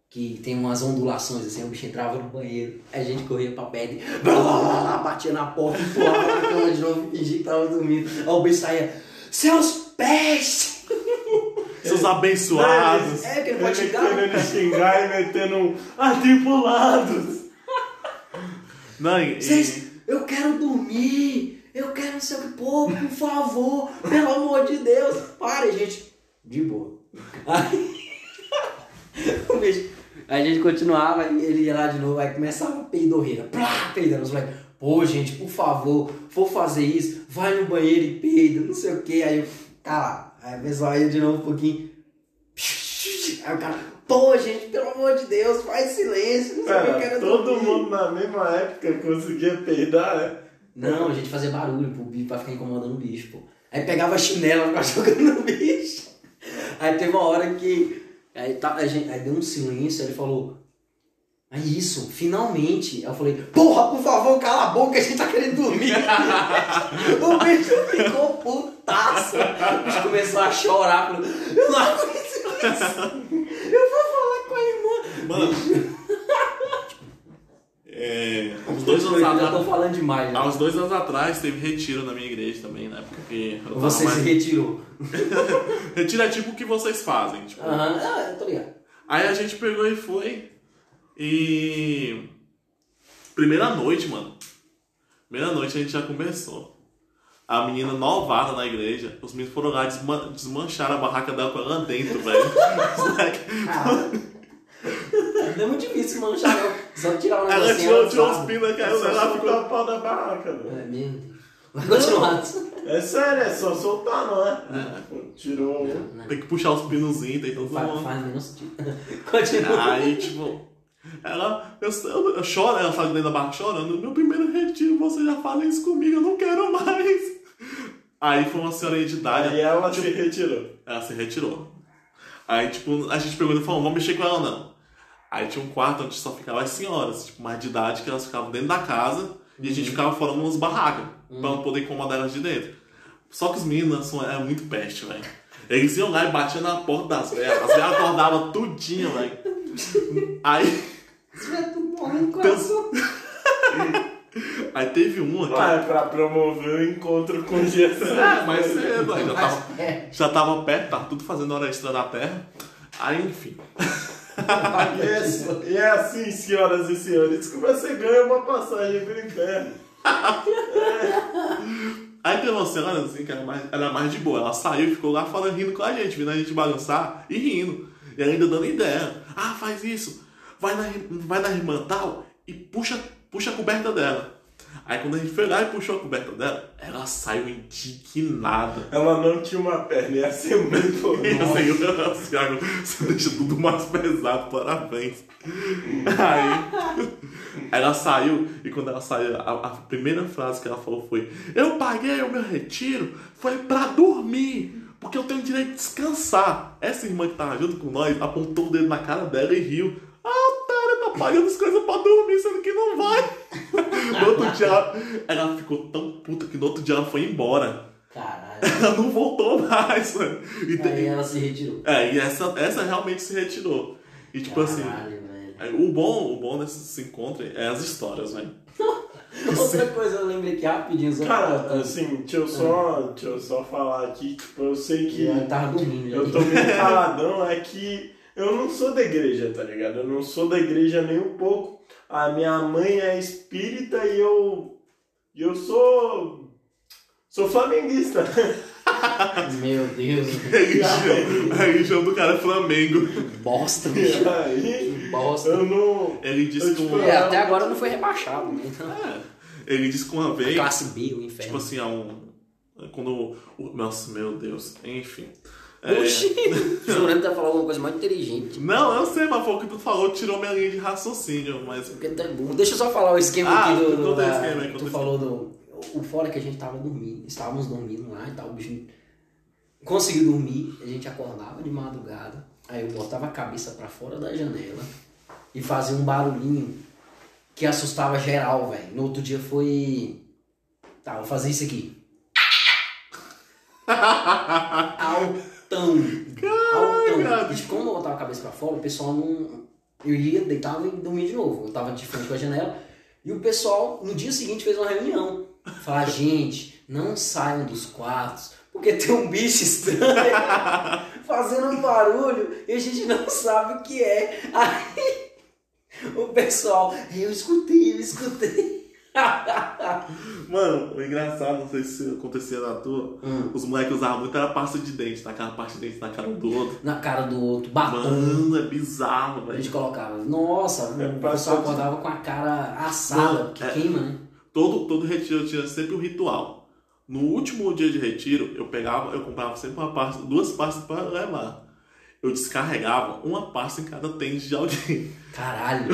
Speaker 2: que tem umas ondulações assim. O bicho entrava no banheiro, a gente corria pra pedra, blá, blá, blá, blá, batia na porta, pulava pra cama de novo, fingia que tava dormindo. Aí o bicho saía, seus pés!
Speaker 1: Seus abençoados.
Speaker 2: É, que ele pode xingar.
Speaker 3: Querendo xingar e metendo um atribulados.
Speaker 1: Não, e,
Speaker 2: Vocês, eu quero dormir, eu quero não sei o que, pô, por favor, pelo amor de Deus, para, gente. De boa. Aí, o *laughs* bicho- a gente continuava, ele ia lá de novo, aí começava a peidorreira, plá, peidando, os moleques, pô, gente, por favor, for fazer isso, vai no banheiro e peida, não sei o que, aí, eu, tá lá, aí o pessoal ia de novo um pouquinho, aí o cara, pô, gente, pelo amor de Deus, faz silêncio, não sei o que, eu
Speaker 3: Pera,
Speaker 2: quero
Speaker 3: É, todo
Speaker 2: dormir.
Speaker 3: mundo na mesma época conseguia peidar, né?
Speaker 2: Não, a gente fazia barulho pro bicho, pra ficar incomodando o bicho, pô. Aí pegava a chinela, ficava *laughs* jogando no bicho. Aí teve uma hora que. Aí, tá, a gente, aí deu um silêncio, aí ele falou. É isso, finalmente. Aí eu falei, porra, por favor, cala a boca, a gente tá querendo dormir. *laughs* o bicho ficou putaço. O bicho começou a chorar. Falou, eu não aguento isso. Eu vou falar com a irmã.
Speaker 1: mano. É, uns dois anos
Speaker 2: Eu já tô
Speaker 1: atrás.
Speaker 2: falando demais.
Speaker 1: Há
Speaker 2: Né?
Speaker 1: uns dois anos atrás teve retiro na minha igreja também, na época que. eu tava
Speaker 2: Você se
Speaker 1: mais-
Speaker 2: retirou.
Speaker 1: Retiro é tipo o que vocês fazem. Tipo,
Speaker 2: Aham, ah, eu tô ligado.
Speaker 1: Aí a gente pegou e foi. E. Primeira noite, mano. Primeira noite a gente já conversou. A menina novada na igreja, os meninos foram lá desma desmancharam a barraca dela com ela dentro, velho. Os moleque-
Speaker 2: É muito difícil manchar, não. Só tirar um
Speaker 1: ela
Speaker 2: negocinho.
Speaker 1: tirou, tirou os
Speaker 2: sabe?
Speaker 1: pinos, caiu,
Speaker 3: Ela
Speaker 1: ela
Speaker 3: ficou
Speaker 1: ficou.
Speaker 3: a pau da barraca, velho.
Speaker 2: É, meu Deus. Vai um continuar.
Speaker 3: É sério, é só soltar, não é? Tirou um.
Speaker 1: Tem que puxar os pinozinhos, tem todo
Speaker 2: Faz,
Speaker 1: mundo.
Speaker 2: faz menos sentido. Continua.
Speaker 1: Aí, tipo. Ela, eu, eu, eu choro, ela sai dentro da barra chorando. Meu primeiro retiro, você já fala isso comigo, eu não quero mais. Aí foi uma senhora de idade.
Speaker 3: Aí ela se retirou.
Speaker 1: Ela se retirou. Aí, tipo, a gente perguntou e falou, vamos mexer com ela não. Aí tinha um quarto onde só ficavam as senhoras, tipo, mais de idade, que elas ficavam dentro da casa e a gente ficava fora umas barracas, pra não poder incomodar elas de dentro. Só que os meninos são, é muito peste, velho. Eles iam lá e batiam na porta das velhas, as velhas acordavam tudinho, velho. Aí,
Speaker 2: Isso é tudo morrendo com
Speaker 1: Então-
Speaker 2: essa.
Speaker 1: *laughs* aí teve uma que...
Speaker 3: Ah, é pra promover o encontro com Jesus.
Speaker 1: É, mais cedo, aí já tava,
Speaker 2: Mas é.
Speaker 1: já tava perto, tava tudo fazendo hora extra na terra. Aí, enfim.
Speaker 3: E é, assim- e é assim, senhoras e senhores, que você ganha uma passagem pro inferno.
Speaker 1: Aí teve uma senhora assim que era mais, era mais de boa. Ela saiu e ficou lá falando, rindo com a gente, vindo a gente balançar e rindo. E ainda dando ideia. Ah, faz isso. Vai na, vai na irmã tal e puxa, puxa a coberta dela. Aí quando a gente foi lá e puxou a coberta dela, ela saiu indignada.
Speaker 3: Ela não tinha uma perna, ia ser muito
Speaker 1: E eu,
Speaker 3: horrível.
Speaker 1: Senhor, Thiago, você deixa tudo mais pesado, parabéns. Aí ela saiu, e quando ela saiu, a, a primeira frase que ela falou foi: Eu paguei o meu retiro, foi pra dormir, porque eu tenho direito de descansar. Essa irmã que tava junto com nós apontou o dedo na cara dela e riu. Ah, otário, tá pagando as coisas pra dormir, sendo que não vai. No outro dia, ela- ela ficou tão puta que no outro dia ela foi embora.
Speaker 2: Caralho.
Speaker 1: Ela não voltou mais, mano. E, te-
Speaker 2: Aí ela se retirou.
Speaker 1: é, e essa, essa realmente se retirou. E tipo assim,
Speaker 2: Caralho, velho.
Speaker 1: é, o bom, o bom desses encontros é as histórias, né? *laughs*
Speaker 2: Outra coisa eu lembrei aqui rapidinho. Só
Speaker 3: Cara,
Speaker 4: É.
Speaker 2: cortando.
Speaker 3: assim, deixa eu só, deixa eu só falar aqui, tipo, eu sei que
Speaker 2: Eu
Speaker 4: tá
Speaker 2: tava dormindo. já.
Speaker 3: eu tô meio caladão, é que eu não sou da igreja, tá ligado? Eu não sou da igreja nem um pouco. A minha mãe é espírita e eu. e eu sou. sou flamenguista. *laughs*
Speaker 2: Meu Deus.
Speaker 1: A religião, a religião do cara é Flamengo.
Speaker 4: Bosta,
Speaker 3: E
Speaker 4: bicho.
Speaker 3: aí,
Speaker 4: Bosta.
Speaker 3: eu não.
Speaker 1: Ele disse
Speaker 3: Eu,
Speaker 1: que
Speaker 3: tipo,
Speaker 1: um,
Speaker 4: É, até agora não foi rebaixado. né? Então,
Speaker 1: é, ele disse que uma vez,
Speaker 4: classe B, o
Speaker 1: tipo
Speaker 4: inferno.
Speaker 1: assim, a um quando o nossa, meu Deus, enfim.
Speaker 4: Oxi! *laughs* O Jurando tá falando alguma coisa mais inteligente.
Speaker 1: Não, eu sei, mas foi o que tu falou, tirou minha linha de raciocínio, mas.
Speaker 4: Porque tu é burro. Deixa eu só falar o esquema
Speaker 1: Ah,
Speaker 4: aqui do. do
Speaker 1: conta o
Speaker 4: da-
Speaker 1: esquema aí, conta o
Speaker 4: tu
Speaker 1: esquema.
Speaker 4: falou do. O fora que a gente tava dormindo. Estávamos dormindo lá e tal. O bicho conseguiu dormir. A gente acordava de madrugada. Aí eu botava a cabeça pra fora da janela e fazia um barulhinho que assustava geral, velho. No outro dia foi. Tá, vou fazer isso
Speaker 1: *laughs*
Speaker 4: aqui. Altão. Altão.
Speaker 1: cara.
Speaker 4: E tipo, como eu botava a cabeça pra fora, o pessoal não. Eu ia, deitava e dormia de novo. Eu tava de frente com a janela. E o pessoal, no dia seguinte, fez uma reunião.
Speaker 1: *laughs*
Speaker 4: Falar, gente, não saiam dos quartos, porque tem um
Speaker 1: *laughs*
Speaker 4: bicho estranho fazendo um barulho e a gente não sabe o que é. Aí o pessoal, eu escutei, eu escutei.
Speaker 1: Mano, o engraçado, não sei se acontecia na tua, os moleques usavam muito era pasta de dente, tacar pasta de dente na cara um do outro.
Speaker 4: Na cara do outro,
Speaker 2: Ah.
Speaker 4: batom.
Speaker 1: Mano, é bizarro,
Speaker 4: A
Speaker 1: velho.
Speaker 4: gente colocava, nossa,
Speaker 3: É,
Speaker 4: o
Speaker 3: passou
Speaker 4: pessoal
Speaker 3: de-
Speaker 4: acordava com a cara assada,
Speaker 1: Não,
Speaker 4: porque
Speaker 1: é.
Speaker 4: queima, né?
Speaker 1: Todo, todo retiro tinha sempre um ritual. No último dia de retiro, eu pegava, eu comprava sempre uma pasta, duas pastas para levar. Eu descarregava uma pasta em cada tênis de alguém. *laughs*
Speaker 4: Caralho.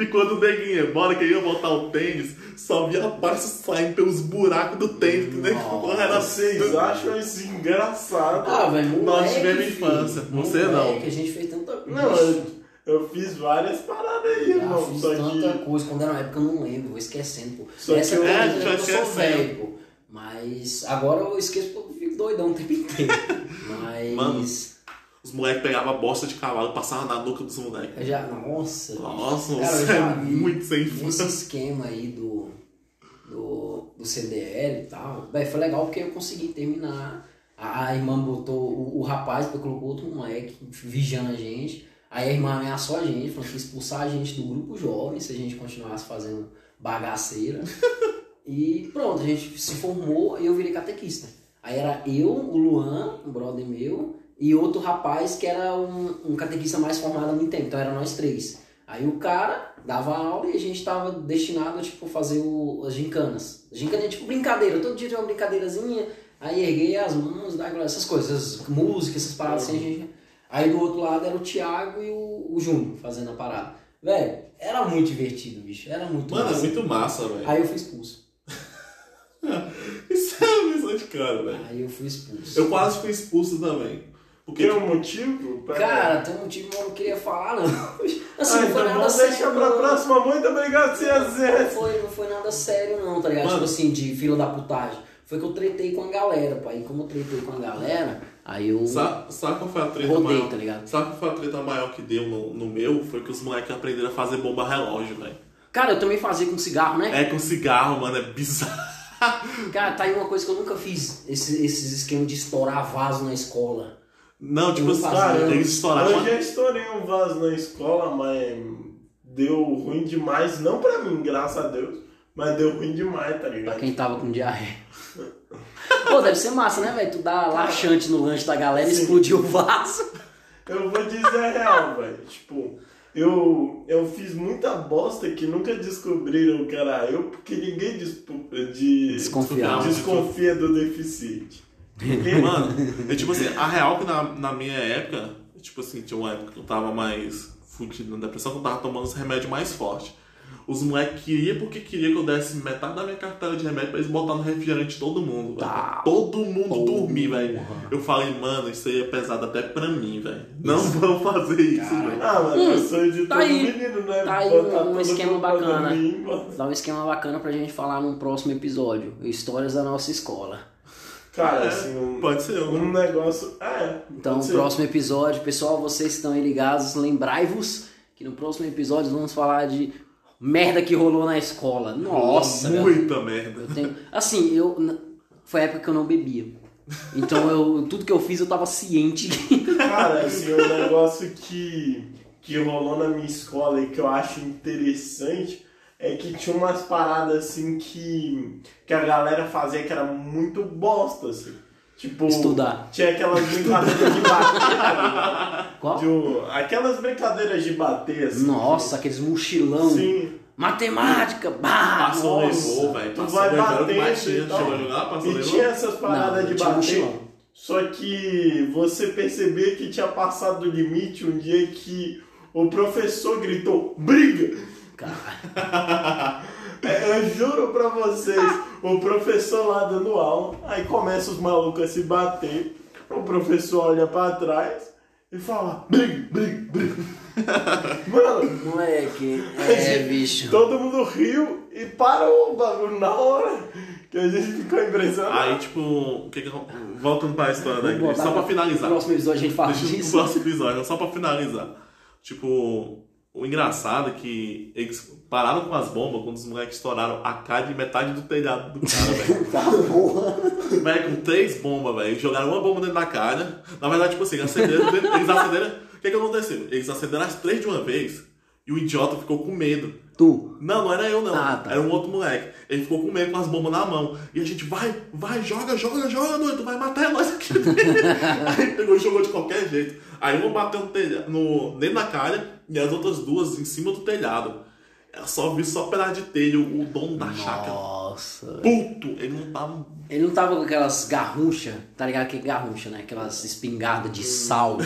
Speaker 1: E quando o neguinho ia embora, que eu ia botar o tênis, só via a pasta saindo pelos buracos do tênis, que o nego ficou
Speaker 4: Nossa.
Speaker 1: correndo assim.
Speaker 3: Vocês acham isso é engraçado?
Speaker 4: Ah, velho,
Speaker 1: Nós
Speaker 4: moleque,
Speaker 1: tivemos
Speaker 4: filho.
Speaker 1: infância, você
Speaker 4: Moleque,
Speaker 1: não.
Speaker 4: A gente fez tanta coisa.
Speaker 3: Não, eu, eu fiz várias paradas aí,
Speaker 4: Já
Speaker 3: irmão.
Speaker 4: Ah, fiz
Speaker 3: Só
Speaker 4: tanta
Speaker 3: que.
Speaker 4: coisa, quando era uma época eu não lembro, vou esquecendo, pô.
Speaker 3: Só que
Speaker 4: Essa
Speaker 3: eu-
Speaker 4: coisa
Speaker 1: é,
Speaker 4: eu
Speaker 1: já
Speaker 4: lembro que eu sou
Speaker 1: esqueceu.
Speaker 4: velho, pô. Mas agora eu esqueço porque eu fico doidão o tempo *laughs* inteiro. Mas.
Speaker 1: Mano. Os moleques pegavam a bosta de cavalo, passavam na nuca dos moleques.
Speaker 4: eu já. Nossa.
Speaker 1: Nossa,
Speaker 4: Cara, eu
Speaker 1: você
Speaker 4: já
Speaker 1: é
Speaker 4: vi
Speaker 1: muito sem
Speaker 4: Nesse
Speaker 1: infância.
Speaker 4: esquema aí do, do, do CDL e tal, véi, foi legal porque eu consegui terminar. A, a irmã botou o, o rapaz, colocou outro moleque vigiando a gente. Aí a irmã ameaçou a gente, falou que ia expulsar a gente do grupo jovem se a gente continuasse fazendo bagaceira. e pronto, a gente se formou e eu virei catequista. Aí era eu, o Luan, um brother meu, e outro rapaz que era um, um catequista mais formado há muito tempo. Então era nós três. Aí o cara dava aula e a gente tava destinado a tipo, fazer o, as gincanas. Gincana é tipo brincadeira, todo dia tinha uma brincadeirazinha, aí erguei as mãos, dá glória, essas coisas, essas músicas, essas paradas assim, a gente...
Speaker 3: Uhum.
Speaker 4: Aí do outro lado era o Thiago e o, o Júnior fazendo a parada. Velho, era muito divertido, bicho, era muito
Speaker 1: Mano, é
Speaker 4: massa.
Speaker 1: muito massa, velho.
Speaker 4: Aí eu fui expulso.
Speaker 1: Isso é missão de cara, velho.
Speaker 4: Aí eu fui expulso.
Speaker 1: Eu quase fui expulso também. Porque
Speaker 3: Tem um motivo? Pera-
Speaker 4: Cara, tem um motivo que eu não queria falar, não. *laughs* Assim,
Speaker 3: ah,
Speaker 4: não foi
Speaker 3: então
Speaker 4: nada
Speaker 3: vamos
Speaker 4: sério,
Speaker 3: deixar pra
Speaker 4: não.
Speaker 3: próxima. Muito obrigado,
Speaker 4: Não
Speaker 3: Ciazé.
Speaker 4: foi, não foi nada sério, não, tá ligado?
Speaker 1: Mano.
Speaker 4: Tipo assim, de fila da putagem. Foi que eu tretei com a galera, pai. E como eu tretei com a galera, aí eu
Speaker 1: Sabe, tipo, sabe qual foi a treta
Speaker 4: rodei,
Speaker 1: maior?
Speaker 4: tá ligado?
Speaker 1: Sabe qual foi a treta maior que deu no, no meu? Foi que os moleques aprenderam a fazer bomba relógio, velho.
Speaker 4: Cara, eu também fazia com cigarro, né?
Speaker 1: É com cigarro, mano, é bizarro. *laughs*
Speaker 4: Cara, tá aí uma coisa que eu nunca fiz. Esse, esses esquemas de estourar vaso na escola.
Speaker 1: Não, tipo
Speaker 4: Eu
Speaker 1: assim,
Speaker 4: fazia.
Speaker 1: eles estouraram.
Speaker 3: Eu já estourei um vaso na escola, mas deu ruim demais. Não pra mim, graças a Deus, mas deu ruim demais, tá
Speaker 4: Pra
Speaker 3: ligado?
Speaker 4: quem tava com diarreia. Pô, deve ser massa, né, velho? Tu dá laxante no lanche da galera e
Speaker 3: Sim.
Speaker 4: explodir o vaso.
Speaker 3: Eu vou dizer a real, *laughs* velho. Tipo, eu, eu fiz muita bosta que nunca descobriram que era eu, porque ninguém despo- de,
Speaker 4: Desconfiava.
Speaker 3: desconfia do deficiente.
Speaker 1: E, *laughs* mano, é tipo assim, a real que na, na minha época, tipo assim, tinha uma época que eu tava mais fudido na depressão, que eu tava tomando os remédios mais fortes. Os moleques queriam porque queria que eu desse metade da minha cartela de remédio pra eles botar no refrigerante de todo mundo. velho.
Speaker 4: Tá.
Speaker 1: Todo mundo dormir, velho.
Speaker 4: Porra.
Speaker 1: Eu falei, mano, isso aí é pesado até pra mim, velho. Não vão fazer isso,
Speaker 4: Caralho.
Speaker 1: velho.
Speaker 3: Ah, mano, eu sou de
Speaker 4: tá
Speaker 3: todo
Speaker 4: aí.
Speaker 3: menino, né?
Speaker 4: Tá aí
Speaker 3: Botar
Speaker 4: um
Speaker 3: todo
Speaker 4: esquema
Speaker 3: mundo pra
Speaker 4: bacana.
Speaker 3: dormir, mano.
Speaker 4: Dá um esquema bacana pra gente falar num próximo episódio. Histórias da nossa escola.
Speaker 3: Cara,
Speaker 4: É.
Speaker 3: assim, um,
Speaker 1: Pode ser um.
Speaker 3: um negócio. É,
Speaker 4: Então,
Speaker 3: pode ser.
Speaker 4: próximo episódio, pessoal, vocês estão aí ligados, lembrai-vos que no próximo episódio vamos falar de merda que rolou na escola. Nossa, velho.
Speaker 1: Muita merda.
Speaker 4: eu tenho, assim, eu n- foi a época que eu não bebia. Então, eu tudo que eu fiz eu tava ciente.
Speaker 3: Cara, assim, um negócio que, que rolou na minha escola e que eu acho interessante é que tinha umas paradas assim que, que a galera fazia que era muito bosta, assim. Tipo,
Speaker 4: Estudar.
Speaker 3: tinha aquelas brincadeiras de bater,
Speaker 4: *laughs*
Speaker 3: tá ligado?
Speaker 4: Qual?
Speaker 3: de, um- aquelas brincadeiras de bater, assim.
Speaker 4: Nossa, aqueles mochilão.
Speaker 3: Sim,
Speaker 4: Matemática, bah,
Speaker 1: Passou
Speaker 4: nossa.
Speaker 1: levou, velho.
Speaker 3: tu
Speaker 1: Passou
Speaker 3: vai
Speaker 1: levou,
Speaker 3: bater
Speaker 1: mas tinha-
Speaker 3: e tal.
Speaker 1: chegou a jogar, passou
Speaker 3: e
Speaker 1: levou.
Speaker 3: tinha essas
Speaker 4: Não,
Speaker 3: paradas
Speaker 4: eu
Speaker 3: de
Speaker 4: tinha um
Speaker 3: bater
Speaker 4: mochilão.
Speaker 3: Só que você percebia que tinha passado do limite um dia que o professor gritou: briga! *laughs* É, Eu juro pra vocês, o professor lá dando aula, aí começa os malucos a se bater, o professor olha pra trás e fala, briga, briga,
Speaker 4: *laughs*
Speaker 3: briga. Mano,
Speaker 4: Moleque, é, bicho.
Speaker 3: todo mundo riu e parou o bagulho na hora, que a gente ficou
Speaker 1: Aí,
Speaker 3: impressionado.
Speaker 1: tipo, o que que- voltando pra história da
Speaker 4: Vamos
Speaker 1: igreja,
Speaker 4: botar
Speaker 1: só pra
Speaker 4: no-
Speaker 1: finalizar.
Speaker 4: No próximo episódio a gente fala
Speaker 1: Deixa no
Speaker 4: disso.
Speaker 1: próximo episódio, só pra finalizar. Tipo, o engraçado é que eles pararam com as bombas quando os moleques estouraram a cara de metade do telhado do
Speaker 4: *laughs*
Speaker 1: cara, velho.
Speaker 4: Tá boa.
Speaker 1: Velho, com três bombas, velho. Eles Jogaram uma bomba dentro da cara. Na verdade, tipo assim, eles acenderam. dentro- Eles acenderam. O que, que aconteceu? Eles acenderam as três de uma vez e o idiota ficou com medo.
Speaker 4: Tu.
Speaker 1: Não, não era eu não.
Speaker 4: Ah, tá.
Speaker 1: Era um outro moleque. Ele ficou com medo com as bombas na mão. E a gente vai, vai, joga, joga, joga, doido, tu vai matar nós aqui. *laughs* Aí pegou e jogou de qualquer jeito. Aí uma bateu no telha- no, dentro da calha e as outras duas em cima do telhado. Ela só viu só pedaço de telha, o dono da chácara.
Speaker 4: Nossa.
Speaker 1: Puto! Ele não tava.
Speaker 4: Ele não tava com aquelas garruchas, tá ligado? Que é garrucha, né? Aquelas espingardas de
Speaker 1: *laughs*
Speaker 4: sal.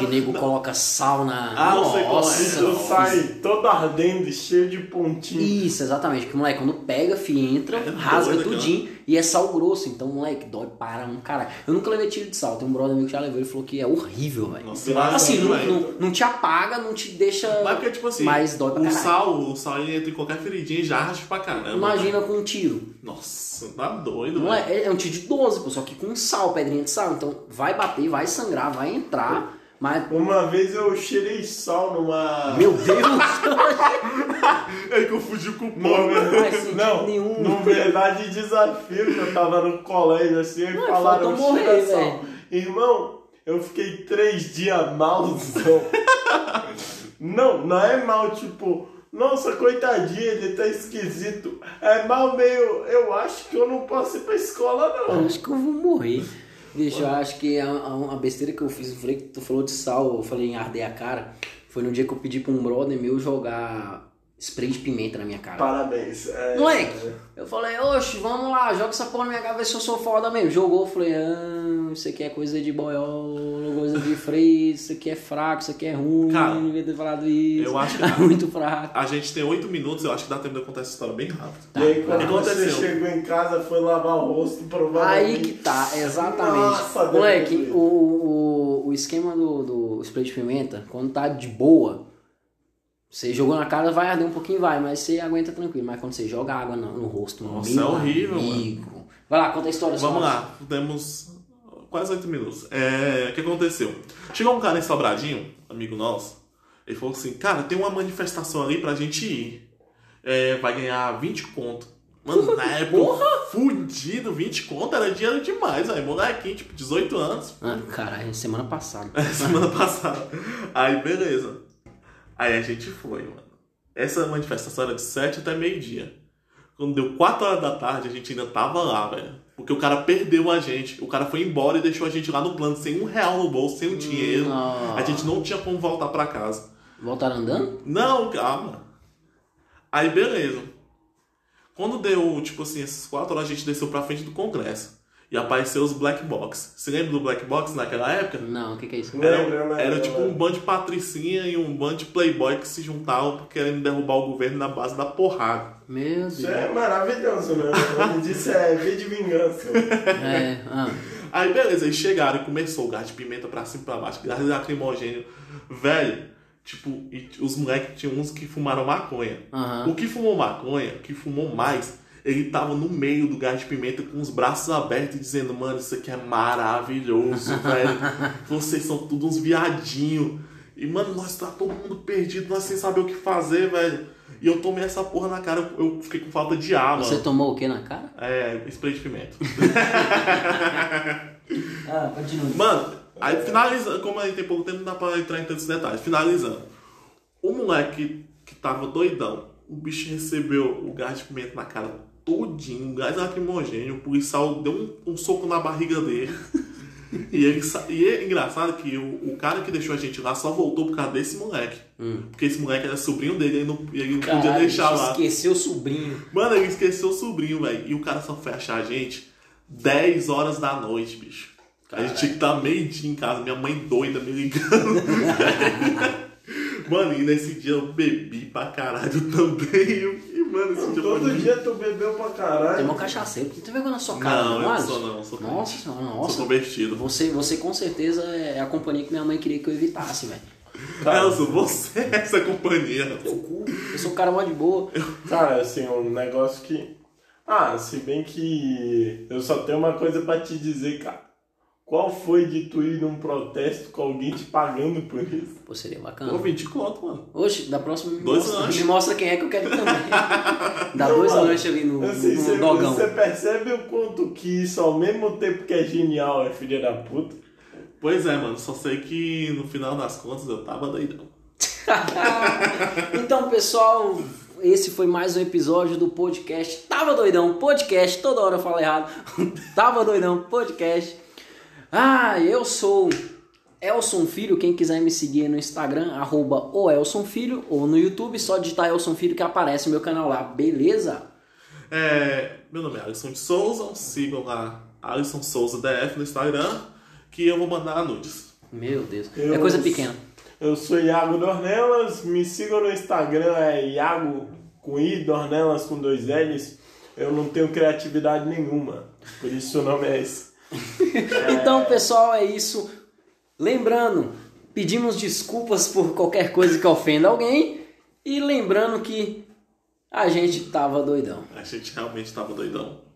Speaker 4: que nego coloca sal na.
Speaker 1: Ah, não sei qual é.
Speaker 4: Nossa,
Speaker 3: Isso sai todo ardendo e cheio de pontinho.
Speaker 4: Isso, exatamente. Que moleque, quando pega, fi, entra,
Speaker 1: É
Speaker 4: rasga
Speaker 1: doido,
Speaker 4: tudinho e é sal grosso. Então, moleque, dói para um caralho. Eu nunca levei tiro de sal. Tem um brother meu que já levou, ele falou que é horrível, velho.
Speaker 1: Nossa, lá
Speaker 4: Assim, não,
Speaker 1: velho.
Speaker 4: não, não te apaga, não te deixa.
Speaker 1: Mas porque, tipo assim,
Speaker 4: Mas dói pra
Speaker 1: o
Speaker 4: caralho.
Speaker 1: sal, o sal ele entra em qualquer feridinha e já racha pra caramba.
Speaker 4: Imagina com um tiro.
Speaker 1: Nossa, tá doido,
Speaker 4: Não
Speaker 1: velho.
Speaker 4: é, é um tiro de 12, pô, só que com sal, pedrinha de sal. Então vai bater, vai sangrar, vai entrar. Mas,
Speaker 3: Uma vez eu cheirei sal numa.
Speaker 4: meu Deus!
Speaker 1: Ele confundiu com o
Speaker 3: Não,
Speaker 1: pobre.
Speaker 3: não,
Speaker 4: faz sentido nenhum.
Speaker 3: num verdade desafio que eu tava no colégio assim, e
Speaker 4: Não,
Speaker 3: falaram
Speaker 4: faltou morrer,
Speaker 3: geração. Irmão, eu fiquei três dias malzão. não, não é mal, tipo, nossa, coitadinho, ele tá esquisito. É mal meio, eu acho que eu não posso ir pra escola,
Speaker 4: *laughs* Eu
Speaker 3: não.
Speaker 4: acho que eu vou morrer. Bicho, eu acho que a, a- a besteira que eu fiz, eu falei que tu falou de sal, eu falei em arder a cara. Foi no dia que eu pedi pra um brother meu jogar spray de pimenta na minha cara.
Speaker 3: Parabéns. é-
Speaker 4: Moleque, eu falei, oxe, vamos lá, joga essa porra na minha cara, vê se eu sou foda mesmo. Jogou, eu falei, ah, isso aqui é coisa de boiola, coisa de freio, isso aqui é fraco, isso aqui é ruim,
Speaker 1: Cara,
Speaker 4: não devia ter falado isso.
Speaker 1: eu acho que-
Speaker 4: *laughs* tá muito fraco.
Speaker 1: A gente tem oito minutos, eu acho que dá tempo de eu contar essa história bem rápido.
Speaker 3: E aí,
Speaker 1: O
Speaker 3: quando
Speaker 1: que
Speaker 3: você
Speaker 1: aconteceu?
Speaker 3: chegou em casa, foi lavar o rosto, provavelmente.
Speaker 4: Aí que tá, exatamente.
Speaker 3: Nossa, deve ter
Speaker 4: Moleque,
Speaker 3: doído.
Speaker 4: o, o, o esquema do, do spray de pimenta, quando tá de boa, você jogou na cara, vai arder um pouquinho, vai, mas você aguenta tranquilo. Mas quando você joga água no, no rosto,
Speaker 1: Nossa,
Speaker 4: meu
Speaker 1: é horrível,
Speaker 4: amigo. Vai lá, conta a história.
Speaker 1: Vamos
Speaker 4: só.
Speaker 1: lá, temos quase oito minutos. É, o que aconteceu? Chegou um cara em Sobradinho, amigo nosso, ele falou assim, cara, tem uma manifestação ali pra gente ir. É, vai ganhar 20 conto. Mano, na
Speaker 3: *laughs*
Speaker 1: época, fudido, 20 conto era dinheiro demais, aí molequinho, tipo, 18 anos,
Speaker 4: Ah, caralho, semana passada.
Speaker 1: *laughs* semana passada. Aí, beleza. Aí a gente foi, mano. Essa manifestação era de 7 até meio-dia. Quando deu 4 horas da tarde, a gente ainda tava lá, velho. Porque o cara perdeu a gente. O cara foi embora e deixou a gente lá no plano, sem um real no bolso, sem o dinheiro.
Speaker 4: Nossa.
Speaker 1: A gente não tinha como voltar pra casa.
Speaker 4: Voltaram andando?
Speaker 1: Não, calma. Aí, beleza. Quando deu, tipo assim, essas quatro horas, a gente desceu pra frente do congresso. E apareceu os Black Box. Você lembra do Black Box naquela época?
Speaker 4: Não, o que, que é isso?
Speaker 1: Era,
Speaker 3: Lembro, lembro,
Speaker 1: era tipo
Speaker 3: lembro.
Speaker 1: um bando de patricinha e um bando de playboy que se juntavam querendo derrubar o governo na base da porrada.
Speaker 4: Meu Deus.
Speaker 3: Isso é maravilhoso, meu. O nome disso é V de
Speaker 4: *laughs*
Speaker 3: vingança.
Speaker 4: É, ah,
Speaker 1: Aí beleza, eles chegaram e começou o gás de pimenta pra cima e pra baixo, gás lacrimogênio. Velho, tipo, e os moleques tinham uns que fumaram maconha.
Speaker 4: aham.
Speaker 1: O que fumou maconha, o que fumou mais, ele tava no meio do gás de pimenta com os braços abertos e dizendo, mano, isso aqui é maravilhoso, velho. Vocês são tudo uns viadinhos. E, mano, nós tá todo mundo perdido, nós sem saber o que fazer, velho. E eu tomei essa porra na cara, eu fiquei com falta de ar,
Speaker 4: Você
Speaker 1: mano.
Speaker 4: tomou o que na cara?
Speaker 1: É, spray de pimenta.
Speaker 2: Ah, continua.
Speaker 1: Mano, aí finalizando, como aí tem pouco tempo, não dá pra entrar em tantos detalhes. Finalizando. O moleque que tava doidão, o bicho recebeu o gás de pimenta na cara todinho, gás lacrimogênio, o policial deu um, um soco na barriga dele. E, ele, sa- e é engraçado que o, o cara que deixou a gente lá só voltou por causa desse moleque. Porque esse moleque era sobrinho dele e ele não, e ele não podia
Speaker 4: Caralho,
Speaker 1: deixar
Speaker 4: bicho,
Speaker 1: lá.
Speaker 4: Esqueceu o sobrinho.
Speaker 1: Mano, ele esqueceu o sobrinho, velho. E o cara só foi achar a gente 10 horas da noite, bicho. A gente tinha que estar meio dia em casa, minha mãe doida me ligando. *laughs* mano, e nesse dia eu bebi pra caralho também. E, mano, esse dia foi
Speaker 3: Todo
Speaker 1: muito
Speaker 3: dia tu bebeu pra caralho.
Speaker 4: Tipo, Tem uma cachaceira, tu vergonha na sua cara,
Speaker 1: Não, eu
Speaker 4: Alisson?
Speaker 1: sou não, sou
Speaker 4: Nossa, não, nossa.
Speaker 1: Sou convertido.
Speaker 4: Você, você com certeza é a companhia que minha mãe queria que eu evitasse, velho.
Speaker 1: Elson, você é essa companhia.
Speaker 4: Teu cu, eu sou um cara mó de boa.
Speaker 3: Cara, assim, um negócio que. Ah, se bem que eu só tenho uma coisa pra te dizer, cara. Qual foi de tu ir num protesto com alguém te pagando por isso?
Speaker 4: Pô, seria
Speaker 1: Pô,
Speaker 4: bacana.
Speaker 1: 20 conto, mano.
Speaker 4: Oxe, da próxima me
Speaker 1: Dois
Speaker 4: mostra,
Speaker 1: lanches.
Speaker 4: me mostra quem é que eu quero ir
Speaker 1: *laughs*
Speaker 4: também. Dá dois
Speaker 3: Então, mano,
Speaker 4: lanches ali no, no,
Speaker 3: Assim,
Speaker 1: é
Speaker 3: você,
Speaker 4: dogão.
Speaker 3: você percebe o quanto que isso, ao mesmo tempo que é genial, é filha da puta?
Speaker 1: Pois é, mano, só sei que no final das contas eu tava doidão.
Speaker 4: *laughs* Então, pessoal, esse foi mais um episódio do podcast Tava Doidão Podcast. Toda hora eu falo errado. *laughs* Tava Doidão Podcast. Ah, eu sou Elson Filho. Quem quiser me seguir no Instagram, arroba o Elson Filho, ou no YouTube, só digitar Elson Filho que aparece o meu canal lá, beleza?
Speaker 1: É, meu nome é Alisson de Souza, sigam lá Alisson Souza DF no Instagram, que eu vou mandar nudes.
Speaker 4: Meu Deus, é
Speaker 3: Eu-
Speaker 4: coisa pequena.
Speaker 3: Eu sou Iago Dornelas, me sigam no Instagram, é Iago com I, Dornelas com dois L's. Eu não tenho criatividade nenhuma, por isso o nome é esse.
Speaker 4: Então, pessoal, é isso. Lembrando, pedimos desculpas por qualquer coisa que ofenda alguém. E lembrando que a gente tava doidão.
Speaker 1: A gente realmente tava doidão.